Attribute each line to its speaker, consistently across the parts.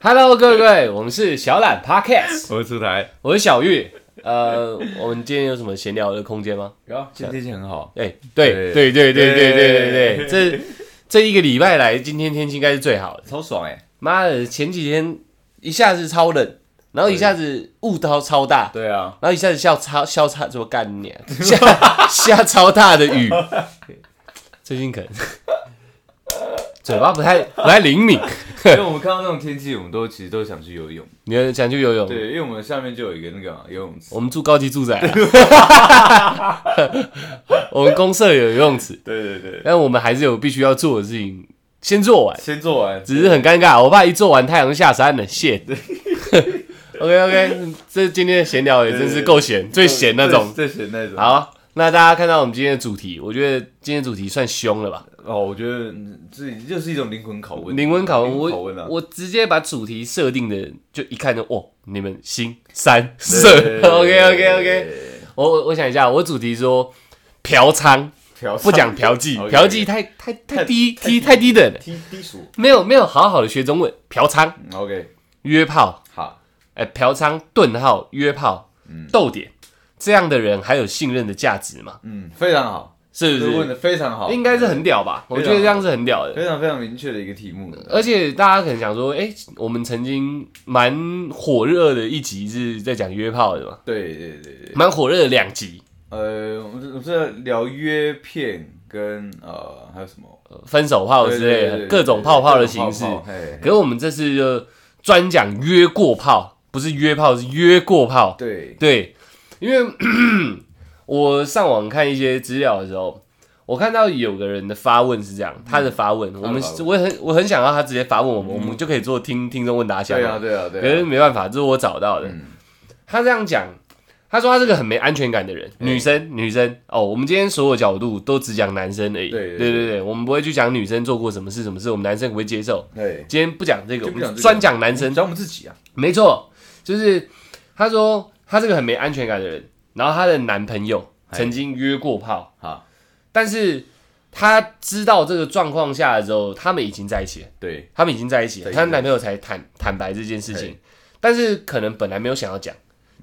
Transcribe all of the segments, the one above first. Speaker 1: Hello，各位，我们是小懒 Podcast，
Speaker 2: 我是出台，
Speaker 1: 我是小玉。呃，我们今天有什么闲聊的空间吗？
Speaker 2: 然后今天天气很好，
Speaker 1: 哎、对对
Speaker 2: 对
Speaker 1: 对对对对对对，
Speaker 2: 对
Speaker 1: 这这一个礼拜来，今天天气应该是最好的。
Speaker 2: 超爽哎、
Speaker 1: 妈的，前几天一下子超冷，然后一下子雾超超大，
Speaker 2: 对啊，
Speaker 1: 然后一下子下超下超怎么干你、啊？ 下下超大的雨，最近可能嘴巴不太不太灵敏。
Speaker 2: 因
Speaker 1: 哎
Speaker 2: 为我们看到那种天气，我们都其实都想去游泳。
Speaker 1: 你要想去游泳？
Speaker 2: 对，因为我们下面就有一个那个嘛游泳池。
Speaker 1: 我们住高级住宅、啊， 我们公社有游泳池，
Speaker 2: 对对对，
Speaker 1: 但我们还是有必须要做的事情，先做完。
Speaker 2: 先做完，
Speaker 1: 只是很尴尬，我怕一做完太阳下山了，谢。OK OK，这今天的闲聊也真是够闲，最闲那种。
Speaker 2: 最最闲那种。
Speaker 1: 好，那大家看到我们今天的主题，我觉得今天的主题算凶了吧？
Speaker 2: 哦，我觉得嗯自己就是一种灵魂拷问，
Speaker 1: 灵魂拷问，
Speaker 2: 拷
Speaker 1: 我
Speaker 2: 问啊，
Speaker 1: 我直接把主题设定的，就一看就哦，你们心三
Speaker 2: 对
Speaker 1: 色。
Speaker 2: 对
Speaker 1: OK OK
Speaker 2: 对对
Speaker 1: OK，
Speaker 2: 对对
Speaker 1: 我我我想一下，我主题说嫖娼，
Speaker 2: 嫖娼
Speaker 1: 不讲嫖妓，
Speaker 2: OK，OK
Speaker 1: 嫖妓太太太
Speaker 2: 太
Speaker 1: 低
Speaker 2: 太
Speaker 1: 低太低等了，
Speaker 2: 低低俗。
Speaker 1: 没有没有好好的学中文，嫖娼、
Speaker 2: 嗯 OK，
Speaker 1: 约炮。
Speaker 2: 好，
Speaker 1: 哎、嫖娼、顿号、约炮、逗点，这样的人还有信任的价值吗？
Speaker 2: 嗯，非常好，
Speaker 1: 是
Speaker 2: 这
Speaker 1: 不
Speaker 2: 个问
Speaker 1: 是？
Speaker 2: 的非常好，
Speaker 1: 应该是很屌吧？我
Speaker 2: 非常
Speaker 1: 觉得这样是很屌的。
Speaker 2: 非常非常明确的一个题目。
Speaker 1: 而且大家可能想说，哎、我们曾经蛮火热的一集是在讲约炮的嘛，
Speaker 2: 对对对对，
Speaker 1: 蛮火热的两集，
Speaker 2: 呃，我们是我们是在聊约片跟呃还有什么
Speaker 1: 呃分手炮之类的各种泡泡的形式。可
Speaker 2: 式。
Speaker 1: 是我们这次就专讲约过炮，不是约炮，是约过炮。
Speaker 2: 对，
Speaker 1: 对，因为 我上网看一些资料的时候，我看到有个人的发问是这样，他的发问，我们
Speaker 2: 嗯发问嗯
Speaker 1: 我很我很想要他直接发问我们，我们就可以做听听众问答项
Speaker 2: 对啊
Speaker 1: 目。
Speaker 2: 对啊
Speaker 1: 可是
Speaker 2: 对啊，
Speaker 1: 没办法，这是我找到的。
Speaker 2: 嗯
Speaker 1: 他这样讲，他说他是个很没安全感的人，
Speaker 2: 哎
Speaker 1: 女生女生哦，我们今天所有角度都只讲男生而已。
Speaker 2: 对对
Speaker 1: 对
Speaker 2: 对
Speaker 1: 对，我们不会去讲女生做过什么事什么事，我们男生不会接受。
Speaker 2: 对，
Speaker 1: 今天不讲这个，我
Speaker 2: 就不讲
Speaker 1: 们
Speaker 2: 这个
Speaker 1: 专讲男生。
Speaker 2: 讲我们自己啊，
Speaker 1: 没错，就是她说她是个很没安全感的人，然后她的男朋友
Speaker 2: 哎
Speaker 1: 曾经约过炮，
Speaker 2: 好，
Speaker 1: 但是她知道这个状况下的时候，他们已经在一起了，
Speaker 2: 对
Speaker 1: 他们已经在一起了，
Speaker 2: 在一起哎
Speaker 1: 她男朋友才坦坦白这件事情，但是可能本来没有想要讲，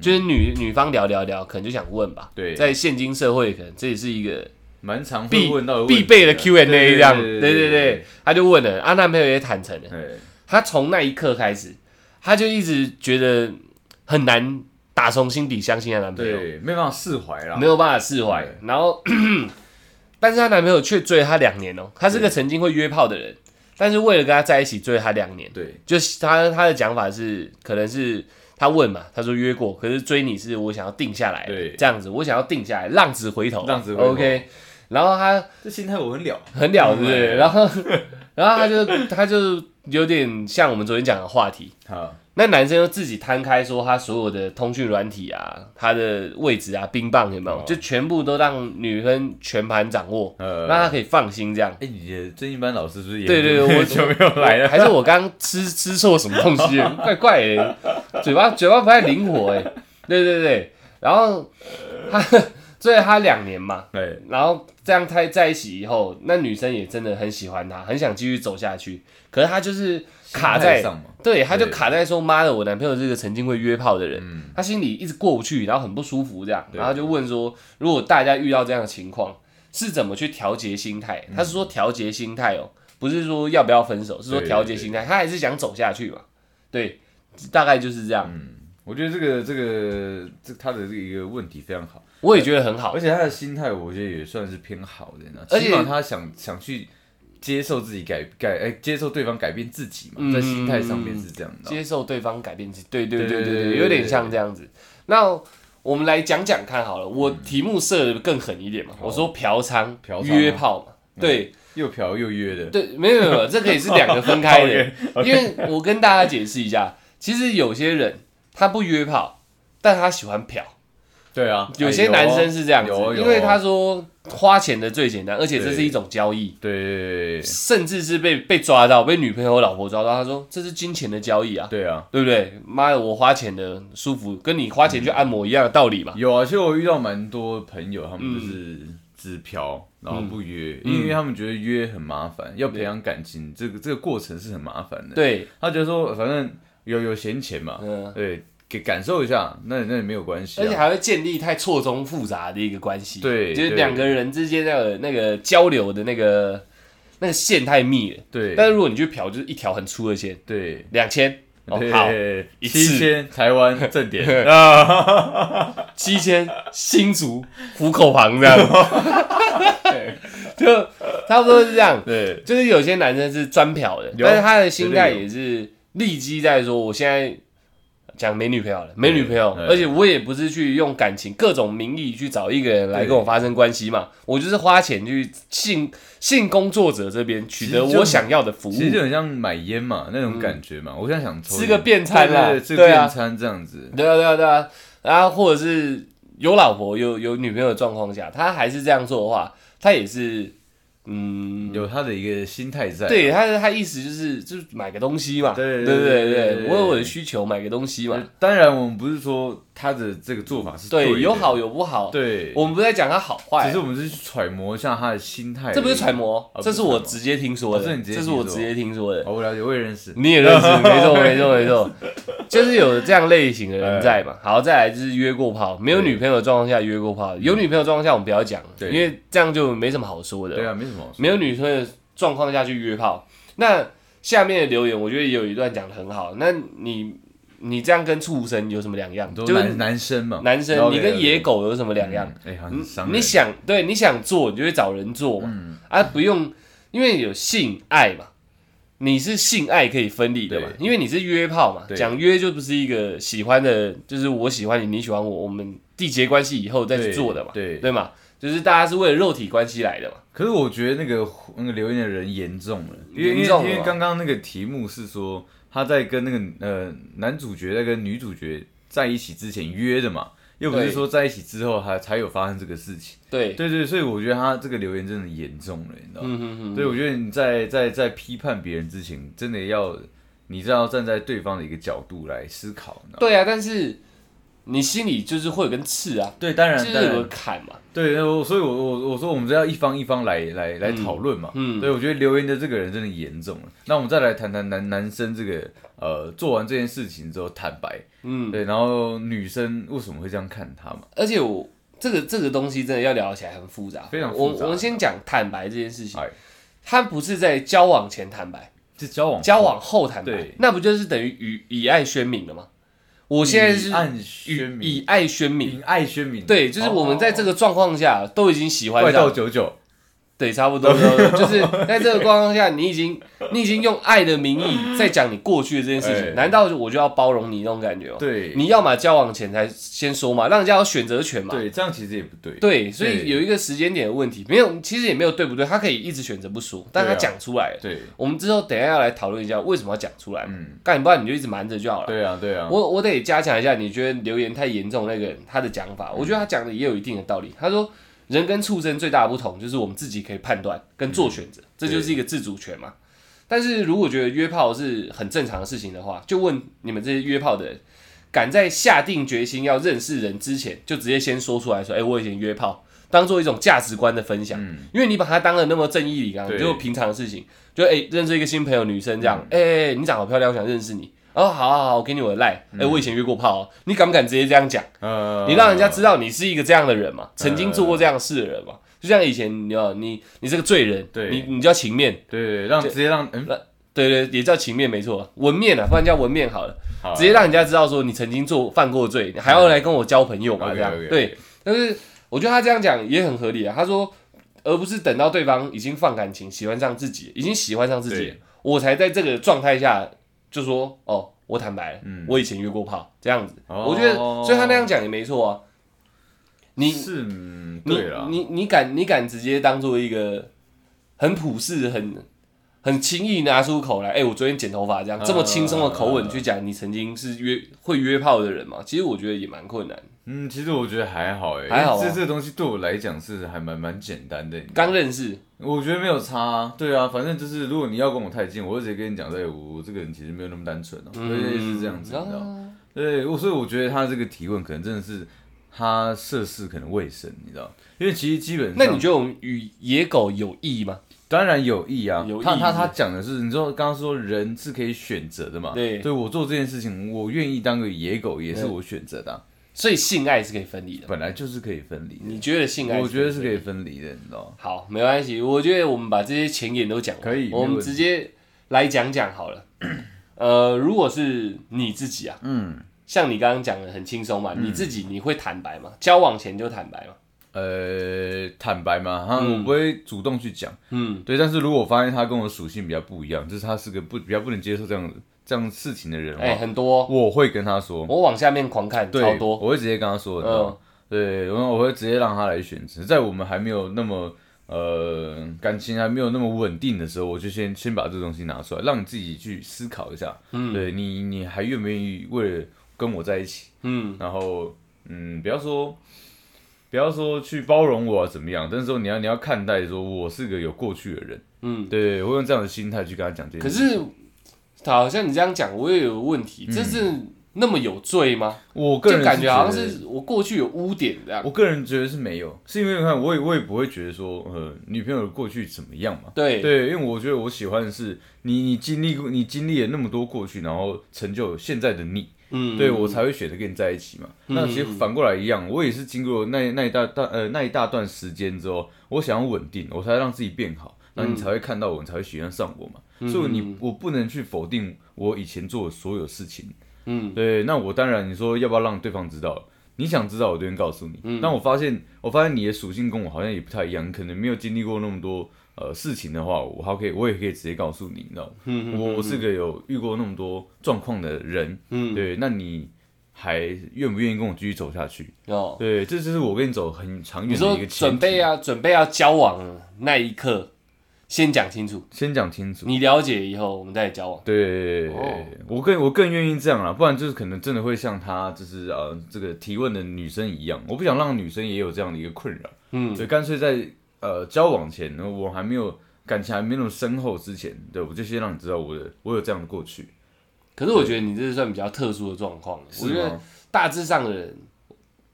Speaker 1: 就是女女方聊聊聊，可能就想问吧。
Speaker 2: 嗯对，
Speaker 1: 在现今社会，可能这也是一个
Speaker 2: 蛮常
Speaker 1: 必
Speaker 2: 会问到
Speaker 1: 必备的 Q&A 这样，对
Speaker 2: 对
Speaker 1: 对对，她就问了，啊，男朋友也坦诚了，
Speaker 2: 对，
Speaker 1: 他从那一刻开始，他就一直觉得很难打从心底相信她男朋友，
Speaker 2: 对，没办法释怀啦
Speaker 1: 没，有办法释怀
Speaker 2: 对。
Speaker 1: 然后， 但是她男朋友却追她两年哦、他是个
Speaker 2: 对
Speaker 1: 曾经会约炮的人，但是为了跟她在一起追她两年，
Speaker 2: 对
Speaker 1: 就是他他的讲法是，可能是他问嘛，他说约过，可是追你是我想要定下来，
Speaker 2: 对
Speaker 1: 这样子，我想要定下来，浪子回头，
Speaker 2: 浪子回头
Speaker 1: OK。然后他
Speaker 2: 这心态我很了，
Speaker 1: 很了，对不对？
Speaker 2: 嗯
Speaker 1: 然后， 然后他就他就有点像我们昨天讲的话题，
Speaker 2: 好，
Speaker 1: 那男生又自己摊开说他所有的通讯软体啊，他的位置啊，冰棒有没有，
Speaker 2: 哦
Speaker 1: 就全部都让女生全盘掌握，
Speaker 2: 呃，
Speaker 1: 让他可以放心这样。
Speaker 2: 哎，你的正经班老师是不是也
Speaker 1: 对对对， 我
Speaker 2: 久没有 来了？
Speaker 1: 还是我刚吃 吃错什么东 西了，怪怪的、嘴巴嘴巴不太灵活哎、对对对，然后他 追了他两年嘛，
Speaker 2: 对，
Speaker 1: 然后这样他在一起以后，那女生也真的很喜欢他，很想继续走下去，可是他就是卡在
Speaker 2: 心态上嘛，
Speaker 1: 对，他就
Speaker 2: 对嗯
Speaker 1: 卡在说：“妈的，我男朋友是个曾经会约炮的人。他心里一直过不去，然后很不舒服，这样，
Speaker 2: 对
Speaker 1: 然后就问说：“如果大家遇到这样的情况，是怎么去调节心态？”
Speaker 2: 嗯
Speaker 1: 他是说调节心态哦，不是说要不要分手，是说
Speaker 2: 对
Speaker 1: 调节心态。他还是想走下去嘛，对，大概就是这样。
Speaker 2: 嗯我觉得这个这个这他的这个一个问题非常好。
Speaker 1: 我也觉得很好
Speaker 2: 而，且他的心态，我觉得也算是偏好的，你知道
Speaker 1: 而且
Speaker 2: 起码他想想去接受自己改改，哎、接受对方改变自己嘛，
Speaker 1: 嗯
Speaker 2: 在心态上面是这样的。哦
Speaker 1: 接受对方改变自己，对对
Speaker 2: 对
Speaker 1: 对
Speaker 2: 对
Speaker 1: 对
Speaker 2: 对
Speaker 1: 对，
Speaker 2: 对嗯
Speaker 1: 有点像这样子。那我们来讲讲看好了，我题目设的更狠一点嘛，我说嫖娼、
Speaker 2: 嫖娼
Speaker 1: 约
Speaker 2: 吗嗯
Speaker 1: 炮嘛，对。
Speaker 2: 又嫖又约的，
Speaker 1: 对，没有没有没有，这可以是两个分开 的，因为我跟大家解释一下，其实有些人他不约炮，但他喜欢嫖，
Speaker 2: 对啊，
Speaker 1: 有些男生是这样子，
Speaker 2: 有哦有哦
Speaker 1: 因为他说花钱的最简单，而且这
Speaker 2: 对
Speaker 1: 是一种交易，
Speaker 2: 对对
Speaker 1: 甚至是被被抓到，被女朋友、老婆抓到，他说这是金钱的交易啊，
Speaker 2: 对啊，
Speaker 1: 对不对？妈的，我花钱的舒服，跟你花钱去按摩一样的道理嘛。嗯
Speaker 2: 有啊。其实我遇到蛮多朋友，他们就是只嫖，然后不约，因为他们觉得约很麻烦，要培养感情，这个这个过程是很麻烦的。，
Speaker 1: 对，
Speaker 2: 他觉得说反正有有闲钱嘛，
Speaker 1: 嗯，
Speaker 2: 对，给感受一下，那那也没有关系、
Speaker 1: 而且
Speaker 2: 啊。
Speaker 1: 还会建立太错综复杂的一个关系，
Speaker 2: 对
Speaker 1: 就是
Speaker 2: 对
Speaker 1: 两个人之间那个那个交流的那个那个线太密了。
Speaker 2: 对
Speaker 1: 但是如果你去嫖，就是一条很粗的线，
Speaker 2: 对
Speaker 1: 两千哦，好，
Speaker 2: 对，
Speaker 1: 一次
Speaker 2: 七千台湾正 点啊，
Speaker 1: 哦 七千新竹虎口旁这样，对就差不多是这样。
Speaker 2: 对
Speaker 1: 就是有些男生是专嫖的，
Speaker 2: 有
Speaker 1: 但是他的心态
Speaker 2: 绝对有
Speaker 1: 也是立基在说，我现在讲没女朋友了，没女朋友，
Speaker 2: 对
Speaker 1: 而且我也不是去用感情各种名义去找一个人来跟我发生关系嘛，我就是花钱去性性工作者这边取得
Speaker 2: 其实就
Speaker 1: 我想要的服务
Speaker 2: 其，实就很像买烟嘛那种感觉嘛，我现在想
Speaker 1: 嗯
Speaker 2: 抽
Speaker 1: 吃个
Speaker 2: 烟
Speaker 1: 便餐啦
Speaker 2: 对对对吃个
Speaker 1: 对啊
Speaker 2: 便餐这样子，
Speaker 1: 对啊，对啊，对啊，然后或者是有老婆有有女朋友的状况下，他还是这样做的话，他也是嗯，
Speaker 2: 有他的一个心态在。
Speaker 1: 对，他的他意思就是就是买个东西嘛，
Speaker 2: 啊
Speaker 1: 对
Speaker 2: 对对
Speaker 1: 对
Speaker 2: 对
Speaker 1: 对
Speaker 2: 对
Speaker 1: 我有我的需求，买个东西嘛
Speaker 2: 呃，，当然我们不是说他的这个做法是
Speaker 1: 对，
Speaker 2: 的
Speaker 1: 有好有不好，
Speaker 2: 对，
Speaker 1: 我们不是在讲他好坏
Speaker 2: 只是，我们是去揣摩一下他的心态而已。
Speaker 1: 这不是揣摩
Speaker 2: 啊，
Speaker 1: 这是我
Speaker 2: 不
Speaker 1: 直接听说
Speaker 2: 哦这
Speaker 1: 的，
Speaker 2: 你直接
Speaker 1: 这
Speaker 2: 听
Speaker 1: 是
Speaker 2: 说
Speaker 1: 我直接听说的，
Speaker 2: 哦，我了解，我也认识。
Speaker 1: 你也认识， 没错没错没错，就是有这样类型的人在嘛。好，再来就是约过炮，没有
Speaker 2: 哎对嗯
Speaker 1: 女朋友的状况下约过炮，有女朋友的状况下我们不要讲了，
Speaker 2: 对
Speaker 1: 因为这样就没什么好说的。
Speaker 2: 对啊，没什么好说。
Speaker 1: 没有女朋友的状况下去约炮，那下面的留言我觉得也有一段讲的很好，那你你这样跟畜生有什么两样？
Speaker 2: 都
Speaker 1: 就是
Speaker 2: 男男生嘛，
Speaker 1: 男生，你跟野
Speaker 2: 狗
Speaker 1: 狗有什么两样？。嗯
Speaker 2: 哎，好像很伤人嗯
Speaker 1: 你想对你想做，你就会找人做嘛，啊，不用，因为有性爱嘛，你是性爱可以分离的嘛，因为你是约炮嘛，
Speaker 2: 对
Speaker 1: 讲约就不是一个喜欢的，就是我喜欢你，你喜欢我，我们缔结关系以后再去
Speaker 2: 对
Speaker 1: 做的嘛，
Speaker 2: 对
Speaker 1: 对嘛，就是大家是为了肉体关系来的嘛，
Speaker 2: 可是我觉得那个那个留言的人严重了，因为因为
Speaker 1: 严重了
Speaker 2: 因为
Speaker 1: 吧
Speaker 2: 刚刚那个题目是说他在跟那个呃男主角在跟女主角在一起之前约的嘛，又不是
Speaker 1: 对
Speaker 2: 说在一起之后还才有发生这个事情。
Speaker 1: 对，
Speaker 2: 对对，所以我觉得他这个留言真的严重了，你知道吗？
Speaker 1: 嗯哼哼，
Speaker 2: 所以我觉得你在在在批判别人之前，真的要你知道站在对方的一个角度来思考，你知道吗？
Speaker 1: 对啊，但是你心里就是会有根刺啊，
Speaker 2: 对，当
Speaker 1: 就
Speaker 2: 然
Speaker 1: 是
Speaker 2: 当
Speaker 1: 有个
Speaker 2: 然，
Speaker 1: 坎嘛，
Speaker 2: 对，那我所以我我我说我们这要一方一方来来来讨论嘛。
Speaker 1: 嗯
Speaker 2: 对，我觉得留言的这个人真的严重了。那我们再来谈谈男男生这个呃，做完这件事情之后坦白，
Speaker 1: 嗯，
Speaker 2: 对，然后女生为什么会这样看他嘛？
Speaker 1: 而且我这个这个东西真的要聊起来很复杂，
Speaker 2: 非常复
Speaker 1: 我
Speaker 2: 杂
Speaker 1: 我们先讲坦白这件事情
Speaker 2: 哎，
Speaker 1: 他不是在交往前坦白，
Speaker 2: 是交往
Speaker 1: 交往后坦白
Speaker 2: 哦对，
Speaker 1: 那不就是等于以以爱宣明了吗？我现在是
Speaker 2: 以暗宣
Speaker 1: 以以
Speaker 2: 明，
Speaker 1: 爱宣明，
Speaker 2: 以爱宣明，
Speaker 1: 对，就是我们在这个状况下都已经喜
Speaker 2: 怪
Speaker 1: 欢
Speaker 2: 盗
Speaker 1: 上，
Speaker 2: 九九，
Speaker 1: 对，差不多，差 不多就是在这个状况下，你已经你已经用爱的名义在讲你过去的这件事
Speaker 2: 哎
Speaker 1: 情，难道我就要包容你那种感觉吗？哦
Speaker 2: 对，
Speaker 1: 你要嘛交往前才先说嘛，让人家有选择权嘛。
Speaker 2: 对这样其实也不对，
Speaker 1: 对，所以
Speaker 2: 对
Speaker 1: 有一个时间点的问题，没有，其实也没有对不对，他可以一直选择不说，但他
Speaker 2: 对啊
Speaker 1: 讲出来了。
Speaker 2: 对，
Speaker 1: 我们之后等一下要来讨论一下为什么要讲出来。
Speaker 2: 嗯，
Speaker 1: 干、你不然你就一直瞒着就好了。
Speaker 2: 对啊，对啊，
Speaker 1: 我我得加强一下，你觉得留言太严重那个人他的讲法，我觉得他讲的也有一定的道理。他说人跟畜生最大的不同就是我们自己可以判断跟做选择，这就是一个自主权嘛。但是如果觉得约炮是很正常的事情的话，就问你们这些约炮的人，敢在下定决心要认识人之前，就直接先说出来说，哎、我以前约炮，当做一种价值观的分享，
Speaker 2: 嗯
Speaker 1: 因为你把它当了那么正义凛然，
Speaker 2: 对
Speaker 1: 就平常的事情，就哎、认识一个新朋友女生这样，哎、
Speaker 2: 嗯
Speaker 1: 哎你长好漂亮，我想认识你。哦，好好好，我给你我的赖。哎、我以前约过炮、哦，你敢不敢直接这样讲？
Speaker 2: 呃，
Speaker 1: 你让人家知道你是一个这样的人嘛，曾
Speaker 2: 嗯
Speaker 1: 经做过这样的事的人嘛。就像以前，你要你你是个罪人，
Speaker 2: 对
Speaker 1: 你你叫情面，
Speaker 2: 对，让直接让嗯，
Speaker 1: 对对，也叫情面没错，文面啊，不然叫文面好了，
Speaker 2: 好啊
Speaker 1: 直接让人家知道说你曾经做犯过罪，你还要来跟我交朋友嘛，
Speaker 2: OK，OK，
Speaker 1: 这样
Speaker 2: OK
Speaker 1: 对。但是我觉得他这样讲也很合理啊，他说，而不是等到对方已经放感情，喜欢上自己，已经喜欢上自己
Speaker 2: 对，
Speaker 1: 我才在这个状态下就说，哦，我坦白了，
Speaker 2: 嗯
Speaker 1: 我以前约过炮，这样子，
Speaker 2: 哦
Speaker 1: 我觉得，所以他那样讲也没错啊。你
Speaker 2: 是嗯
Speaker 1: 你
Speaker 2: 对啦，
Speaker 1: 你你敢你敢直接当做一个很普世、很很轻易拿出口来，哎、我昨天剪头发这样，
Speaker 2: 啊
Speaker 1: 这么轻松的口吻去讲你曾经是约会约炮的人嘛？其实我觉得也蛮困难。
Speaker 2: 嗯，其实我觉得还好哎，
Speaker 1: 还好啊
Speaker 2: 这这个东西对我来讲是还蛮蛮简单的，你知道吗
Speaker 1: 刚认识，
Speaker 2: 我觉得没有差、啊，对啊，反正就是如果你要跟我太近，我会直接跟你讲，哎、我我这个人其实没有那嗯么单纯哦、对，是这样子，你知道吗？
Speaker 1: 啊
Speaker 2: 对，我所以我觉得他这个提问可能真的是它涉世可能未深，你知道？因为其实基本
Speaker 1: 那你
Speaker 2: 上
Speaker 1: 觉得我们与野狗有异吗？
Speaker 2: 当然有意啊
Speaker 1: 有，意
Speaker 2: 他他
Speaker 1: 是
Speaker 2: 他讲的是，你知道刚刚说人是可以选择的嘛？
Speaker 1: 对
Speaker 2: 对我做这件事情，我愿意当个野狗也是我选择的啊、
Speaker 1: 所以性爱是可以分离的。
Speaker 2: 本来就是可以分离
Speaker 1: 你觉得性爱？
Speaker 2: 的，我觉得是可
Speaker 1: 以。
Speaker 2: 以分离的，你知道吗？
Speaker 1: 好，没关系。我觉得我们把这些前言都讲完，
Speaker 2: 可以
Speaker 1: 我
Speaker 2: 没
Speaker 1: 们
Speaker 2: 问题
Speaker 1: 直接来讲讲好 了。呃，如果是你自己啊，
Speaker 2: 嗯，
Speaker 1: 像你刚刚讲的很轻松嘛，你自己你会坦白吗？交往前就坦白吗？
Speaker 2: 呃，坦白嘛，哈，
Speaker 1: 嗯
Speaker 2: 我不会主动去讲，
Speaker 1: 嗯，
Speaker 2: 对，但是如果我发现他跟我属性比较不一样，就是他是个不比较不能接受这样的这样事情的人的话，
Speaker 1: 哎、很多哦、
Speaker 2: 我会跟他说，
Speaker 1: 我往下面狂看，超
Speaker 2: 啊对，
Speaker 1: 多。嗯
Speaker 2: 我会直接跟他说，你知道吗？对，然后我会直接让他来选择，在我们还没有那么呃感情还没有那么稳定的时候，我就先先把这东西拿出来，让你自己去思考一下，
Speaker 1: 嗯
Speaker 2: 对你你还愿不愿意为了跟我在一起？
Speaker 1: 嗯，
Speaker 2: 然后嗯，不要说不要说去包容我、啊、怎么样，但是说你要你要看待说我是个有过去的人，
Speaker 1: 嗯
Speaker 2: 对，我用这样的心态去跟他讲这
Speaker 1: 可
Speaker 2: 件事。
Speaker 1: 是好像你这样讲，我也有问题，这是那么有罪吗？
Speaker 2: 我嗯个人
Speaker 1: 就是感觉好像
Speaker 2: 得
Speaker 1: 是我过去有污点这样。
Speaker 2: 我个人觉得是没有，是因为你看，我也我也不会觉得说，呃，女朋友过去怎么样嘛。
Speaker 1: 对，
Speaker 2: 对，因为我觉得我喜欢的是你，你经历过，你经历了那么多过去，然后成就现在的你，
Speaker 1: 嗯，
Speaker 2: 对我才会选择跟你在一起嘛。那其实反过来一样，我也是经过那那一大段呃那一大段时间之后，我想要稳定，我才让自己变好，那
Speaker 1: 嗯
Speaker 2: 你才会看到我，你才会喜欢上我嘛。所以你我不能去否定我以前做的所有事情，
Speaker 1: 嗯
Speaker 2: 对，那我当然你说要不要让对方知道？你想知道，我就会告诉你。
Speaker 1: 嗯
Speaker 2: 但我发现，我发现你的属性跟我好像也不太一样，可能没有经历过那么多呃事情的话，我还可以，我也可以直接告诉你，你知道吗？
Speaker 1: 嗯
Speaker 2: 我我是个有遇过那么多状况的人，
Speaker 1: 嗯
Speaker 2: 对，那你还愿不愿意跟我继续走下去？
Speaker 1: 哦，
Speaker 2: 对，这就是我跟你走很长
Speaker 1: 你
Speaker 2: 远的
Speaker 1: 说
Speaker 2: 一个前
Speaker 1: 准备
Speaker 2: 啊，
Speaker 1: 要准备要交往了那一刻，先讲清楚，
Speaker 2: 先讲清楚。
Speaker 1: 你了解以后我们再交往。
Speaker 2: 对，
Speaker 1: 哦
Speaker 2: 我更我更愿意这样啦，不然就是可能真的会像他就是呃这个提问的女生一样，我不想让女生也有这样的一个困扰。
Speaker 1: 嗯
Speaker 2: 对，干脆在呃交往前，我还没有感情还没那么深厚之前，对我就先让你知道我的我有这样的过去，
Speaker 1: 可是我觉得你这是算比较特殊的状况，我觉
Speaker 2: 是
Speaker 1: 得
Speaker 2: 吗？
Speaker 1: 大致上的人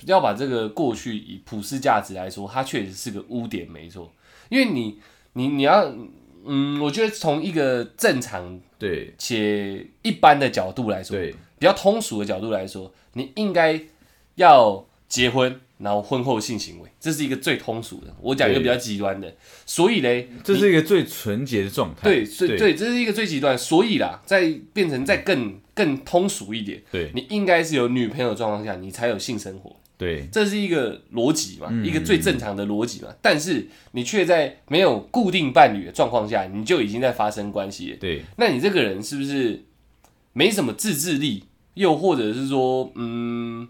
Speaker 1: 要把这个过去以普世价值来说，它确实是个污点，没错。因为你你你要嗯，我觉得从一个正常
Speaker 2: 对
Speaker 1: 且一般的角度来说，
Speaker 2: 对
Speaker 1: 比较通俗的角度来说，你应该要结婚，然后婚后性行为，这是一个最通俗的。我讲一个比较极端的，所以嘞，
Speaker 2: 这
Speaker 1: 你
Speaker 2: 是一个最纯洁的状态。
Speaker 1: 对，所以
Speaker 2: 对
Speaker 1: 对，这是一个最极端。所以啦，再变成再
Speaker 2: 嗯
Speaker 1: 更更通俗一点，
Speaker 2: 对
Speaker 1: 你应该是有女朋友的状况下，你才有性生活，
Speaker 2: 对
Speaker 1: 这是一个逻辑嘛，
Speaker 2: 嗯
Speaker 1: 一个最正常的逻辑嘛。但是你却在没有固定伴侣的状况下，你就已经在发生关系了。
Speaker 2: 对
Speaker 1: 那你这个人是不是没什么自制力，又或者是说，嗯，